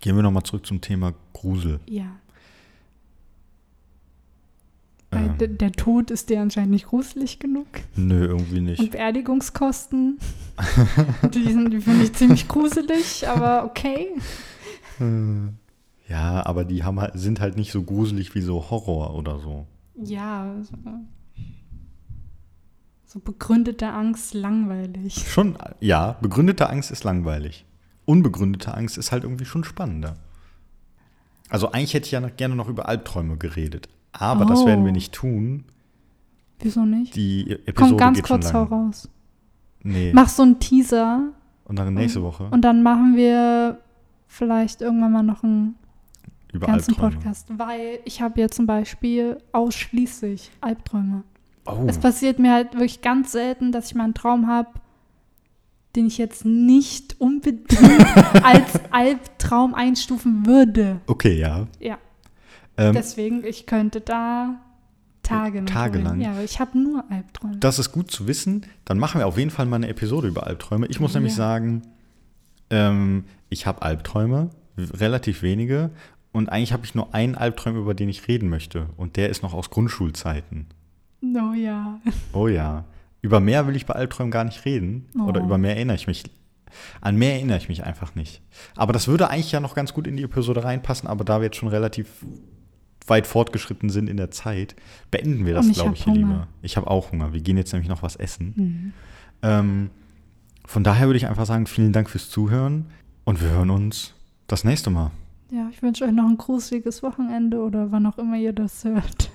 Speaker 1: Gehen wir nochmal zurück zum Thema Grusel.
Speaker 2: ja. Weil
Speaker 1: Ähm.
Speaker 2: Äh, d- der Tod ist dir anscheinend nicht gruselig genug.
Speaker 1: Nö, irgendwie
Speaker 2: Und
Speaker 1: nicht.
Speaker 2: Beerdigungskosten, die, sind- die finde ich ziemlich gruselig, aber okay.
Speaker 1: Ja, aber die haben, halt- sind halt nicht so gruselig wie so Horror oder so.
Speaker 2: Ja, so, so begründete Angst langweilig.
Speaker 1: Schon, ja, begründete Angst ist langweilig. Unbegründete Angst ist halt irgendwie schon spannender. Also eigentlich hätte ich ja noch, gerne noch über Albträume geredet. Aber das
Speaker 2: Oh.
Speaker 1: werden wir nicht tun.
Speaker 2: Wieso nicht?
Speaker 1: Die Episode
Speaker 2: Kommt ganz
Speaker 1: geht schon
Speaker 2: kurz
Speaker 1: lang.
Speaker 2: voraus.
Speaker 1: Nee.
Speaker 2: Mach so einen Teaser
Speaker 1: Und dann nächste Woche
Speaker 2: und dann machen wir vielleicht irgendwann mal noch einen
Speaker 1: über
Speaker 2: ganzen
Speaker 1: Albträume.
Speaker 2: Podcast, weil ich habe ja zum Beispiel ausschließlich Albträume.
Speaker 1: Oh,
Speaker 2: Es passiert mir halt wirklich ganz selten, dass ich mal einen Traum habe, den ich jetzt nicht unbedingt als Albtraum einstufen würde.
Speaker 1: okay, ja.
Speaker 2: Ja.
Speaker 1: Ähm,
Speaker 2: Deswegen, ich könnte da Tage mit
Speaker 1: Tagelang.
Speaker 2: verbringen. Ja, aber ich habe nur Albträume.
Speaker 1: Das ist gut zu wissen. Dann machen wir auf jeden Fall mal eine Episode über Albträume. Ich muss nämlich
Speaker 2: Ja.
Speaker 1: sagen, ähm, ich habe Albträume, w- relativ wenige. Und eigentlich habe ich nur einen Albtraum, über den ich reden möchte. Und der ist noch aus Grundschulzeiten.
Speaker 2: No, ja.
Speaker 1: Oh ja. Über mehr will ich bei Albträumen gar nicht reden.
Speaker 2: Oh.
Speaker 1: Oder über mehr erinnere ich mich. An mehr erinnere ich mich einfach nicht. Aber das würde eigentlich ja noch ganz gut in die Episode reinpassen. Aber da wir jetzt schon relativ weit fortgeschritten sind in der Zeit, beenden wir das,
Speaker 2: Und ich
Speaker 1: glaube
Speaker 2: hab
Speaker 1: ich, hier lieber.
Speaker 2: Hunger.
Speaker 1: Ich habe auch Hunger. Wir gehen jetzt nämlich noch was essen. Ähm, von daher würde ich einfach sagen, vielen Dank fürs Zuhören und wir hören uns das nächste Mal.
Speaker 2: Ja, ich wünsche euch noch ein gruseliges Wochenende oder wann auch immer ihr das hört.